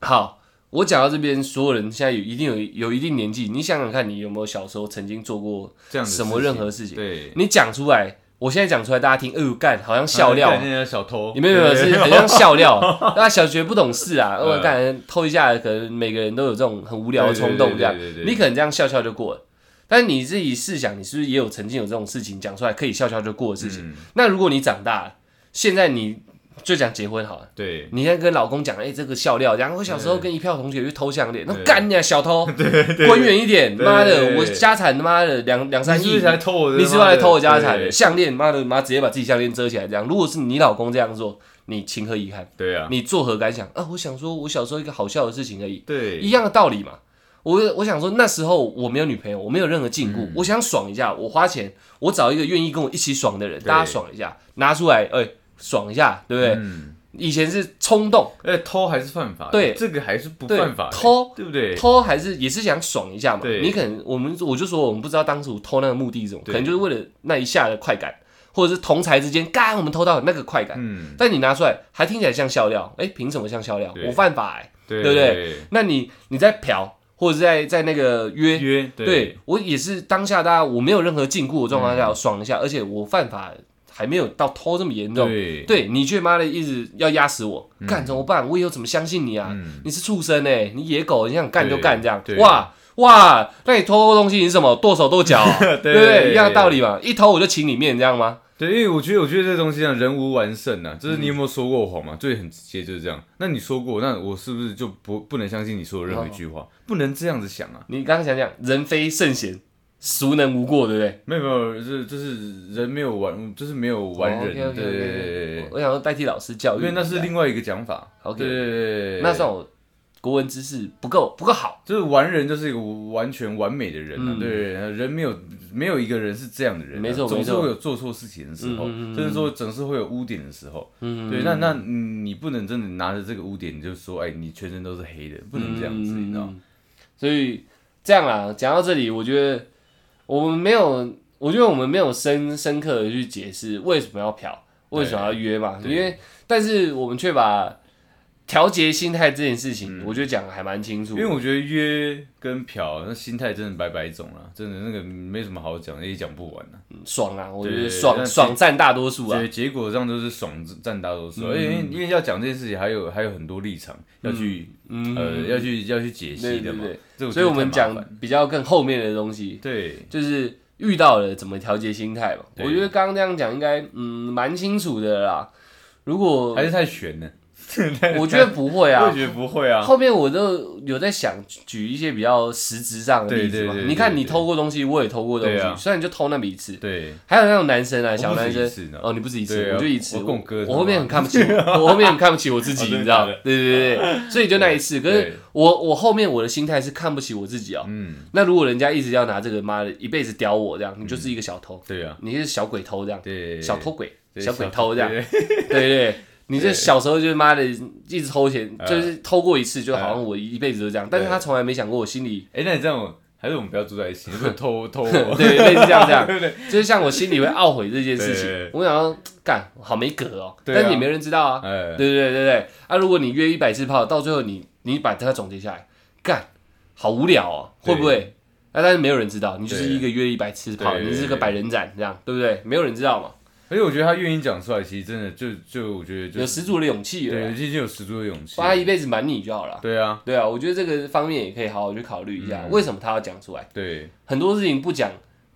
Speaker 1: 好，我讲到这边，所有人现在有一定有有一定年纪，你想想看，你有没有小时候曾经做过
Speaker 2: 这样的
Speaker 1: 什么任何事情？
Speaker 2: 对，
Speaker 1: 你讲出来，我现在讲出来，大家听，哎呦干，好像 笑料
Speaker 2: 啊
Speaker 1: 啊
Speaker 2: 干。那些小偷，
Speaker 1: 你们有没有
Speaker 2: 对
Speaker 1: 是很像笑 料？那小学不懂事啊，
Speaker 2: 嗯
Speaker 1: 我感觉偷一下，可能每个人都有这种很无聊的冲动，这样
Speaker 2: 对对对对对对
Speaker 1: 你可能这样笑笑就过了。但是你自己试想，你是不是也有曾经有这种事情讲出来可以笑笑就过的事情？
Speaker 2: 嗯
Speaker 1: 那如果你长大了，现在你就讲结婚好了，
Speaker 2: 对
Speaker 1: 你现在跟老公讲，哎、这个笑料，然后我小时候跟一票同学去偷项链，那
Speaker 2: 对
Speaker 1: 干你啊，小偷，滚远一点，
Speaker 2: 对
Speaker 1: 妈
Speaker 2: 对
Speaker 1: 的，
Speaker 2: 对
Speaker 1: 我家产他妈的两两三
Speaker 2: 你是
Speaker 1: 亿
Speaker 2: 不是，来偷我的？
Speaker 1: 你是不是来偷我家产
Speaker 2: 对
Speaker 1: 的项链？妈的，妈直接把自己项链遮起来，这样。如果是你老公这样做，你情何以堪？
Speaker 2: 对啊，
Speaker 1: 你作何感想啊？我想说，我小时候一个好笑的事情而已，一
Speaker 2: 对，
Speaker 1: 样的道理嘛。我我想说，那时候我没有女朋友，我没有任何禁
Speaker 2: 嗯
Speaker 1: 锢，我想爽一下，我花钱，我找一个愿意跟我一起爽的人，
Speaker 2: 对
Speaker 1: 大家爽一下，拿出来，哎、爽一下，对不对？
Speaker 2: 嗯，
Speaker 1: 以前是冲动
Speaker 2: 而且偷还是犯法的，
Speaker 1: 对
Speaker 2: 这个还是不
Speaker 1: 对
Speaker 2: 犯法的，
Speaker 1: 偷
Speaker 2: 对不对？
Speaker 1: 偷，还是也是想爽一下嘛。
Speaker 2: 对
Speaker 1: 你可能我们我就说我们不知道当初偷那个目的是什么，可
Speaker 2: 对
Speaker 1: 能就是为了那一下的快感，或者是同才之间，嘎，我们偷到那个快感。
Speaker 2: 嗯，
Speaker 1: 但你拿出来还听起来像笑料，哎、凭什么像笑料？
Speaker 2: 对
Speaker 1: 我犯法哎、
Speaker 2: 对
Speaker 1: 对不
Speaker 2: 对？
Speaker 1: 那你你在嫖或者是在在那个约，
Speaker 2: 约
Speaker 1: 对我也是当下大家我没有任何禁锢的状况下，
Speaker 2: 嗯
Speaker 1: 我爽一下，而且我犯法还没有到偷这么严重。
Speaker 2: 对
Speaker 1: 对你却妈的一直要压死我，干怎么办？我以后怎么相信你啊？
Speaker 2: 嗯
Speaker 1: 你是畜生哎、你野狗，你想干就干这样
Speaker 2: 对，对
Speaker 1: 哇哇！那你偷东西你是什么剁手剁脚啊、
Speaker 2: 对
Speaker 1: 对不对？一样的道理嘛，一偷我就请你面这样吗？
Speaker 2: 对，因为我觉得，我觉得这东西啊，人无完胜呐、啊，就是
Speaker 1: 嗯
Speaker 2: 你有没有说过谎嘛，最很直接就是这样。那你说过，那我是不是就不不能相信你说的任何一句话？
Speaker 1: 哦
Speaker 2: 不能这样子想啊，
Speaker 1: 你刚刚想讲人非圣贤，孰能无过，对不对？
Speaker 2: 没有没有，就是就是人没有完，就是没有完人，
Speaker 1: 哦，OK，OK，OK，OK
Speaker 2: 对对对对对
Speaker 1: 我想说代替老师教育
Speaker 2: 因
Speaker 1: 你啊，
Speaker 2: 为那是另外一个讲法。
Speaker 1: OK
Speaker 2: 对对对对对，
Speaker 1: 那算我国文知识不够不够好。
Speaker 2: 就是完人就是一个完全完美的人啊，对对对，人没有没有一个人是这样的人
Speaker 1: 嗯
Speaker 2: 啊、
Speaker 1: 没错
Speaker 2: 总
Speaker 1: 没
Speaker 2: 是
Speaker 1: 错
Speaker 2: 会有做错事情的时候，
Speaker 1: 嗯嗯嗯
Speaker 2: 甚至说总是会有污点的时候，
Speaker 1: 嗯
Speaker 2: 对，那那嗯你不能真的拿着这个污点你就说，哎，你全身都是黑的，不能这样子，你
Speaker 1: 嗯
Speaker 2: 知道吗？
Speaker 1: 所以这样啦，讲到这里，我觉得我们没有，我觉得我们没有深深刻的去解释为什么要嫖，为什么要约嘛，因
Speaker 2: 对
Speaker 1: 为但是我们却把调节心态这件事情，我觉得讲的还蛮清楚
Speaker 2: 嗯因
Speaker 1: 的。
Speaker 2: 为我觉得约跟嫖，那心态真的百百种了，真的那个没什么好讲，也讲不完啊。
Speaker 1: 嗯爽啊，我觉
Speaker 2: 对
Speaker 1: 得
Speaker 2: 对
Speaker 1: 爽
Speaker 2: 那
Speaker 1: 爽占大多数啊。嗯
Speaker 2: 对，结果上都是爽占大多数，而且因为因为要讲这件事情，还有还有很多立场要去呃要去要去解析的嘛
Speaker 1: 嗯对对对，
Speaker 2: 这觉
Speaker 1: 所以
Speaker 2: 得
Speaker 1: 我们
Speaker 2: 太麻
Speaker 1: 讲
Speaker 2: 烦
Speaker 1: 比较更后面的东西，
Speaker 2: 对，
Speaker 1: 就是遇到了怎么调节心态嘛。
Speaker 2: 对
Speaker 1: 我觉得刚刚这样讲应该嗯蛮清楚的啦。如果
Speaker 2: 还是太悬了。
Speaker 1: 我觉得不会
Speaker 2: 我
Speaker 1: 啊
Speaker 2: 也，觉得不会啊，
Speaker 1: 后面我都有在想举一些比较实质上的例子嘛。
Speaker 2: 对对对对
Speaker 1: 你看，你
Speaker 2: 对
Speaker 1: 偷过东西，我也偷过东西，
Speaker 2: 对啊
Speaker 1: 虽然就偷那么一次。
Speaker 2: 对，
Speaker 1: 还有那种男生啊，
Speaker 2: 我不
Speaker 1: 小男
Speaker 2: 止一次
Speaker 1: 生
Speaker 2: 呢
Speaker 1: 哦，你不止一次
Speaker 2: 对，啊
Speaker 1: 我就一次。
Speaker 2: 我跟我哥
Speaker 1: 我后面很看不 起我，我后面很看不起我自己，
Speaker 2: 哦
Speaker 1: 你
Speaker 2: 真的
Speaker 1: 知道
Speaker 2: 假的？
Speaker 1: 对对对 对，所以就那一次。可是
Speaker 2: 对
Speaker 1: 我我后面我的心态是看不起我自己哦。
Speaker 2: 嗯，
Speaker 1: 那如果人家一直要拿这个妈的一辈子屌我这样，你就是一个小偷，
Speaker 2: 对啊，
Speaker 1: 你是小鬼偷这样，
Speaker 2: 对，
Speaker 1: 小偷鬼、
Speaker 2: 对
Speaker 1: 小鬼偷这样。
Speaker 2: 对
Speaker 1: 对对，你这
Speaker 2: 对
Speaker 1: 小时候就是妈的一直偷钱，
Speaker 2: 呃
Speaker 1: 就是偷过一次，就好像我一辈子都这样。但是他从来没想过我心里，
Speaker 2: 哎，那你这样我，还是我们不要住在一起，你不能偷偷我。
Speaker 1: 对，类似这样这样，
Speaker 2: 对对
Speaker 1: 就是像我心里会懊悔这件事情
Speaker 2: 对。
Speaker 1: 我想要干，好没格哦，
Speaker 2: 对啊
Speaker 1: 但是你没人知道啊。对对
Speaker 2: 哎，
Speaker 1: 对对对，啊，如果你约一百次炮，到最后你你把它总结下来，干，好无聊哦，会
Speaker 2: 对
Speaker 1: 不会？啊，但是没有人知道，你就是
Speaker 2: 对
Speaker 1: 一个约一百次炮，
Speaker 2: 对
Speaker 1: 你是个百人斩这样，对不对？没有人知道嘛，
Speaker 2: 而且我觉得他愿意讲出来，其实真的就就我觉得
Speaker 1: 有
Speaker 2: 就
Speaker 1: 十足的勇气了
Speaker 2: 对，
Speaker 1: 啦，
Speaker 2: 已经有十足的勇气
Speaker 1: 把。他一辈子瞒你就好了。
Speaker 2: 对啊，
Speaker 1: 对啊，我觉得这个方面也可以好好去考虑一下，
Speaker 2: 嗯
Speaker 1: 为什么他要讲出来？
Speaker 2: 对，
Speaker 1: 很多事情不讲，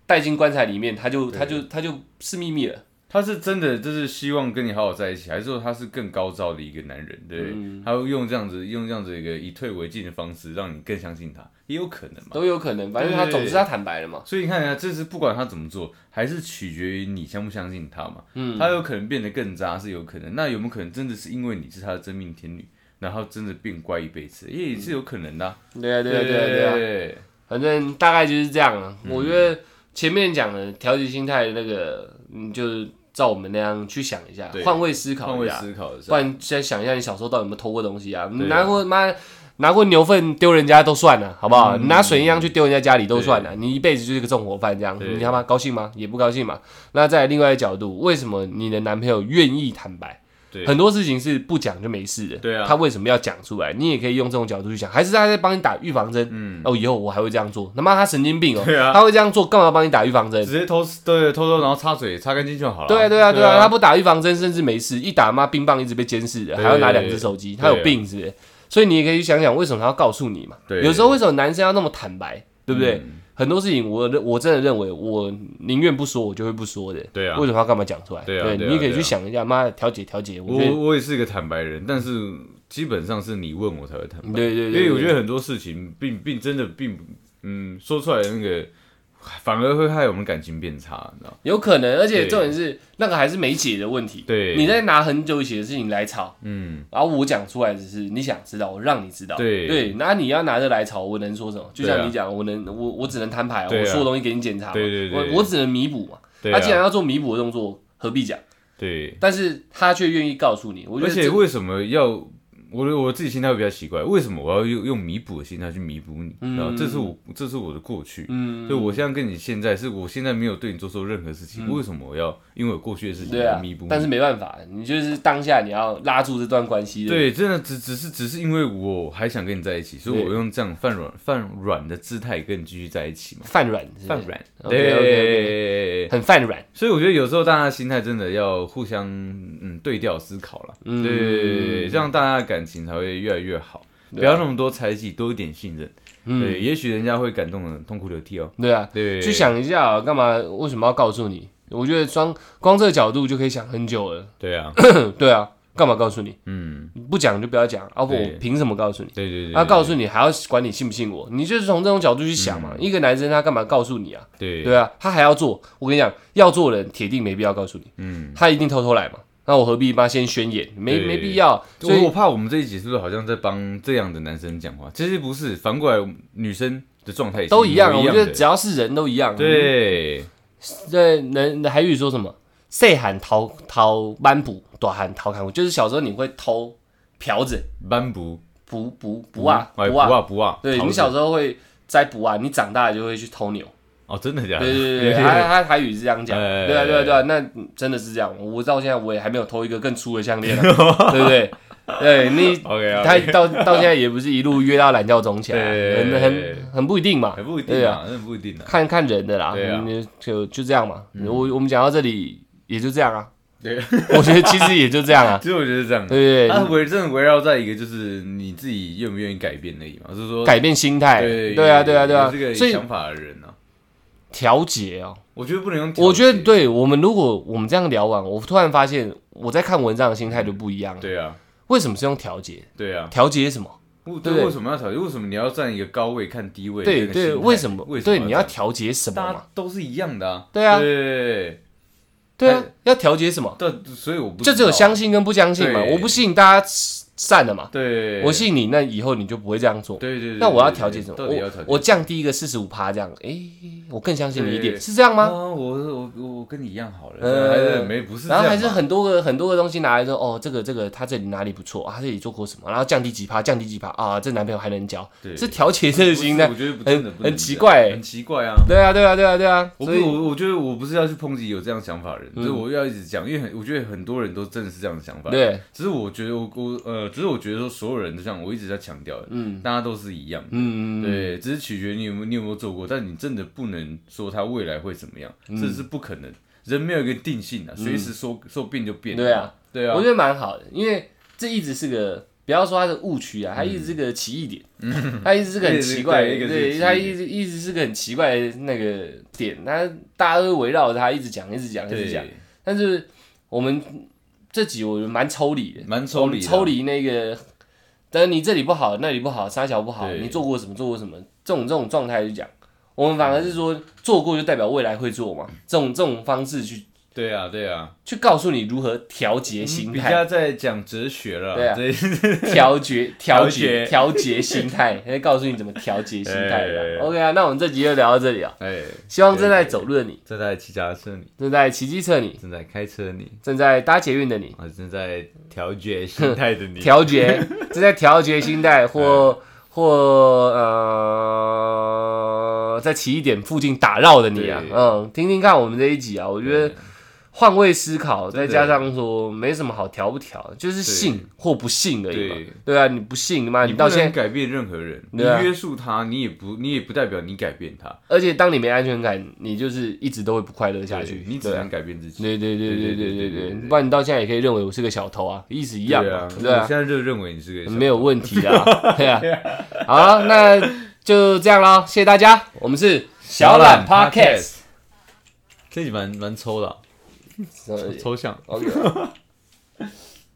Speaker 1: 带进棺材里面，他就
Speaker 2: 对
Speaker 1: 他就他就是秘密了。
Speaker 2: 他是真的就是希望跟你好好在一起，还是说他是更高招的一个男人？对，
Speaker 1: 嗯
Speaker 2: 他会用这样子用这样子一个以退为进的方式，让你更相信他，也有可能嘛。
Speaker 1: 都有可能，反正他
Speaker 2: 对
Speaker 1: 总之他坦白了嘛。
Speaker 2: 所以你看啊，这是不管他怎么做，还是取决于你相不相信他嘛。嗯，他有可能变得更渣是有可能，那有没有可能真的是因为你是他的真命天女，然后真的变乖一辈子，也也是有可能的啊、
Speaker 1: 对啊，对啊，对啊，对啊，
Speaker 2: 对
Speaker 1: 反正大概就是这样啊。我觉得前面讲的调节心态的那个，你就照我们那样去想一下，
Speaker 2: 对
Speaker 1: 换位思
Speaker 2: 换
Speaker 1: 考一
Speaker 2: 位
Speaker 1: 下，
Speaker 2: 思考的时
Speaker 1: 不
Speaker 2: 候，
Speaker 1: 然再想一下你小时候到底有没有偷过东西啊？
Speaker 2: 啊对啊
Speaker 1: 拿过妈拿过牛粪丢人家都算了，好不
Speaker 2: 嗯
Speaker 1: 好？你拿水一样去丢人家家里都算了，你一辈子就是个纵火犯这样，
Speaker 2: 对
Speaker 1: 你他妈高兴吗？也不高兴嘛。那在另外一个角度，为什么你的男朋友愿意坦白？
Speaker 2: 对
Speaker 1: 很多事情是不讲就没事的，
Speaker 2: 对啊
Speaker 1: 他为什么要讲出来？你也可以用这种角度去想，还是他在帮你打预防针？
Speaker 2: 嗯
Speaker 1: 哦，以后我还会这样做，他妈他神经病哦，
Speaker 2: 对啊
Speaker 1: 他会这样做干嘛帮你打预防针？
Speaker 2: 直接偷对偷偷然后擦嘴擦干净就好了。
Speaker 1: 对啊，对啊，对
Speaker 2: 对
Speaker 1: 啊，他不打预防针，甚至没事，一打妈冰棒一直被监视的，还要拿两只手机，他有病是不是？所以你也可以去想想，为什么他要告诉你嘛？
Speaker 2: 对
Speaker 1: 有时候为什么男生要那么坦白，对不对？
Speaker 2: 嗯
Speaker 1: 很多事情我认我真的认为，我宁愿不说，我就会不说的。
Speaker 2: 对啊
Speaker 1: 为什么要干嘛讲出来？
Speaker 2: 对啊对啊
Speaker 1: 你可以
Speaker 2: 对啊
Speaker 1: 去想一下，妈的调解调解，我觉
Speaker 2: 我
Speaker 1: 得
Speaker 2: 我也是一个坦白人，但是基本上是你问我才会坦白。
Speaker 1: 对对对，
Speaker 2: 因为我觉
Speaker 1: 得
Speaker 2: 得很多事情并并真的并不嗯说出来的那个，反而会害我们感情变差，你知道吗？
Speaker 1: 有可能，而且
Speaker 2: 对
Speaker 1: 重点是那个还是没解的问题。
Speaker 2: 对，
Speaker 1: 你在拿很久以前的事情来吵，
Speaker 2: 嗯
Speaker 1: 然后我讲出来只是你想知道，我让你知道。
Speaker 2: 对
Speaker 1: 对，那你要拿着来吵，我能说什么？就
Speaker 2: 对
Speaker 1: 像
Speaker 2: 啊
Speaker 1: 你讲，我能我我只能摊牌啊，
Speaker 2: 对啊
Speaker 1: 我说的东西给你检查嘛，
Speaker 2: 对对对
Speaker 1: 我我只能弥补嘛。
Speaker 2: 对
Speaker 1: 他既然
Speaker 2: 啊，
Speaker 1: 要做弥补的动作，何必讲？
Speaker 2: 对，
Speaker 1: 但是他却愿意告诉你，我觉
Speaker 2: 而
Speaker 1: 得
Speaker 2: 且
Speaker 1: 这
Speaker 2: 为什么要我的我自己心态会比较奇怪，为什么我要用用弥补的心态去弥补你？然后这是我这是我的过去，
Speaker 1: 嗯
Speaker 2: 所以我现在跟你现在是我现在没有对你做错任何事情，为什么我要因为我过去的事情
Speaker 1: 嗯对啊
Speaker 2: 来弥补你？，
Speaker 1: 但是没办法，你就是当下你要拉住这段关系的。
Speaker 2: 对，真的只只是只是因为我还想跟你在一起，所以
Speaker 1: 对
Speaker 2: 我用这样泛软泛软的姿态跟你继续在一起嘛。
Speaker 1: 泛软，是不是
Speaker 2: 泛软，
Speaker 1: OK，OK，OK
Speaker 2: 对，
Speaker 1: 很泛软。
Speaker 2: 所以我觉得有时候大家心态真的要互相嗯对调思考了，
Speaker 1: 嗯啊
Speaker 2: 对，这样大家的感情才会越来越好，不要那么多猜忌，多一点信任，
Speaker 1: 嗯
Speaker 2: 对，也许人家会感动的痛哭流涕哦，
Speaker 1: 对啊，
Speaker 2: 对，
Speaker 1: 去想一下啊，干嘛？为什么要告诉你？我觉得光光这个角度就可以想很久了。
Speaker 2: 对啊，
Speaker 1: 对啊，干嘛告诉你？
Speaker 2: 嗯，
Speaker 1: 不讲就不要讲，啊不，
Speaker 2: 对
Speaker 1: 我凭什么告诉你？
Speaker 2: 对对对，
Speaker 1: 他啊告诉你还要管你信不信我？你就是从这种角度去想嘛。一个男生他干嘛告诉你啊？
Speaker 2: 对
Speaker 1: 对啊，他还要做。我跟你讲，要做的人铁定没必要告诉你，
Speaker 2: 嗯，
Speaker 1: 他一定偷偷来嘛。那我何必妈先宣言？没
Speaker 2: 对
Speaker 1: 没必要。所
Speaker 2: 我
Speaker 1: 以
Speaker 2: 我怕我们这一集是不是好像在帮这样的男生讲话？其实不是，反过来女生的状态也是
Speaker 1: 都一样啊，
Speaker 2: 模
Speaker 1: 我
Speaker 2: 一
Speaker 1: 觉
Speaker 2: 样
Speaker 1: 得
Speaker 2: 的
Speaker 1: 只要是人都一样。，嗯
Speaker 2: 对，
Speaker 1: 对，能韩语说什么？细喊掏掏班补，大喊掏看我就是小时候你会偷瓢子，
Speaker 2: 斑驳
Speaker 1: 补补补啊
Speaker 2: 哎
Speaker 1: 补
Speaker 2: 不
Speaker 1: 啊，
Speaker 2: 啊不啊，
Speaker 1: 对
Speaker 2: 桃
Speaker 1: 你
Speaker 2: 子
Speaker 1: 小时候会摘补啊，你长大了就会去偷牛。
Speaker 2: 哦，真的假的？
Speaker 1: 对 对对，对，他他台语是这样讲，
Speaker 2: 哎
Speaker 1: 对啊对啊对啊，那真的是这样。我到现在我也还没有偷一个更粗的项 链啊，对不对？对你
Speaker 2: OK 啊，
Speaker 1: 他到到现在也不是一路约到懒觉中起来，啊
Speaker 2: 对对
Speaker 1: 很
Speaker 2: 对对
Speaker 1: 很很不一定嘛
Speaker 2: 还，不一
Speaker 1: 对
Speaker 2: 定
Speaker 1: 啊
Speaker 2: 啊，那不一定啊，
Speaker 1: 看看人的啦
Speaker 2: 对啊，嗯
Speaker 1: 嗯就就这样嘛。我我们讲到这里也就这样啊，
Speaker 2: 对， 啊
Speaker 1: 我觉得其实也就这样 啊，
Speaker 2: 其实我觉得是这样的。
Speaker 1: 对嗯不
Speaker 2: 它
Speaker 1: 对？
Speaker 2: 围真的围绕在一个就是你自己愿不愿意改变而已嘛，就是说
Speaker 1: 改变心态，
Speaker 2: 对
Speaker 1: 对啊对啊对啊
Speaker 2: 有这，个
Speaker 1: 所以
Speaker 2: 想法的人啊，
Speaker 1: 调节哦，
Speaker 2: 我觉得不能用调节，
Speaker 1: 我觉得对我们如果我们这样聊完，我突然发现我在看文章的心态就不一样了。
Speaker 2: 对啊，
Speaker 1: 为什么是用调节？
Speaker 2: 对啊，
Speaker 1: 调节什么？
Speaker 2: 我
Speaker 1: 对
Speaker 2: 对
Speaker 1: 不对
Speaker 2: 为什么要调节？为什么你要站一个高位看低位？
Speaker 1: 对
Speaker 2: 这个
Speaker 1: 对，
Speaker 2: 心态
Speaker 1: 为什么？
Speaker 2: 为什么
Speaker 1: 对，你要
Speaker 2: 这样
Speaker 1: 调节什么
Speaker 2: 大
Speaker 1: 嘛
Speaker 2: 家？都是一样的啊，
Speaker 1: 对啊
Speaker 2: 对
Speaker 1: 对啊
Speaker 2: 哎，
Speaker 1: 要调节什么？
Speaker 2: 但所以我不啊
Speaker 1: 就只有相信跟不相信嘛。
Speaker 2: 对
Speaker 1: 我不信，大家散了嘛。
Speaker 2: 对，
Speaker 1: 我信你，那以后你就不会这样做。
Speaker 2: 对对对，对
Speaker 1: 那我要调节什么？
Speaker 2: 到底要调
Speaker 1: 我
Speaker 2: 节
Speaker 1: 我降低一个四十五趴这样，诶，我更相信你一点，
Speaker 2: 对
Speaker 1: 是这样吗？
Speaker 2: 啊，我我我我跟你一样好了，
Speaker 1: 呃
Speaker 2: 还是没不是这
Speaker 1: 然
Speaker 2: 样
Speaker 1: 后
Speaker 2: 啊嘛，
Speaker 1: 还是很多个很多个东西拿来说，哦，这个这个他这里哪里不错啊，他这里做过什么，然后降低几趴，降低几趴啊，这男朋友还能交，
Speaker 2: 对
Speaker 1: 是调节这个心态
Speaker 2: 不。是我觉得不
Speaker 1: 很
Speaker 2: 真的不
Speaker 1: 很
Speaker 2: 能这
Speaker 1: 奇
Speaker 2: 样
Speaker 1: 怪欸
Speaker 2: 很奇怪啊。
Speaker 1: 对啊，对啊，对啊，对啊，
Speaker 2: 我不
Speaker 1: 所以嗯
Speaker 2: 我我觉得我不是要去抨击有这样想法的人，就是我要一直讲，因为很我觉得很多人都真的是这样的想法。，
Speaker 1: 对，
Speaker 2: 只是我觉得我我呃，只是我觉得说所有人都像我一直在强调的，
Speaker 1: 嗯
Speaker 2: 大家都是一样的。
Speaker 1: 嗯，
Speaker 2: 对，只是取决于你有没有你有没有做过，但你真的不能说他未来会怎么样，
Speaker 1: 嗯
Speaker 2: 这是不可能。人没有一个定性啊，随时说说变就变。
Speaker 1: 对啊，
Speaker 2: 对啊
Speaker 1: 我，觉得蛮好的，因为这一直是个，不要说它是误区啊，它一直是个歧义点，它一直是个很奇怪的，
Speaker 2: 一直是嗯对一个是
Speaker 1: 对，
Speaker 2: 歧义
Speaker 1: 它
Speaker 2: 点
Speaker 1: 一直一直是个很奇怪的那个点，它大家都围绕着它一直讲，一直讲，一直讲
Speaker 2: 对，，
Speaker 1: 但是我们这集我觉得蛮抽离的，
Speaker 2: 蛮
Speaker 1: 我
Speaker 2: 抽
Speaker 1: 们
Speaker 2: 离的啊，
Speaker 1: 抽离那个，但你这里不好，那里不好，沙桥不好，
Speaker 2: 对
Speaker 1: 你做过什么，做过什么，这种这种状态去讲，我们反而是说做过就代表未来会做嘛，这种这种方式去
Speaker 2: 对啊，对啊，
Speaker 1: 去告诉你如何调节心
Speaker 2: 嗯比
Speaker 1: 态，
Speaker 2: 较在讲哲学了，
Speaker 1: 对啊
Speaker 2: 这
Speaker 1: 调节调节
Speaker 2: 调节
Speaker 1: 调节心态， 来告诉你怎么调节心态的
Speaker 2: 哎
Speaker 1: 啦。OK 啊，那我们这集就聊到这里啊，
Speaker 2: 哎，
Speaker 1: 希望正在走路的你，
Speaker 2: 正在骑脚踏车你，
Speaker 1: 正在骑机车的你，
Speaker 2: 正在开车的你，
Speaker 1: 正在搭捷运的你。
Speaker 2: 啊，正在调节心态的你，
Speaker 1: 调 节，这在调节心
Speaker 2: 嗯
Speaker 1: 态或或呃，在起一点附近打绕的你啊，
Speaker 2: 对
Speaker 1: 嗯，听听看我们这一集啊，我觉得换位思考，再
Speaker 2: 真的
Speaker 1: 加上说没什么好调不调，就是信或不信而已嘛
Speaker 2: 对。
Speaker 1: 对啊，你不信你妈，你
Speaker 2: 你
Speaker 1: 到
Speaker 2: 不能
Speaker 1: 现在，
Speaker 2: 改变任何人，你
Speaker 1: 对啊
Speaker 2: 约束他，你也不你也不代表你改变他
Speaker 1: 而且当你没安全感，你就是一直都会不快乐下
Speaker 2: 下
Speaker 1: 去
Speaker 2: 去，。你只
Speaker 1: 对啊
Speaker 2: 能改变自己。
Speaker 1: 对对对对对对
Speaker 2: 对对对对
Speaker 1: 对，
Speaker 2: 对
Speaker 1: 不然你到现在也可以认为我是个小偷啊，意思一样
Speaker 2: 对
Speaker 1: 嘛
Speaker 2: 啊，，
Speaker 1: 对啊
Speaker 2: 我。现在就认为你是个小
Speaker 1: 没有问题啦。 对啊，好啊，那就这样咯，谢谢大家。我们是小懒 Podcast，呃
Speaker 2: 这集蛮蛮抽的啊，抽象。
Speaker 1: OK 啊。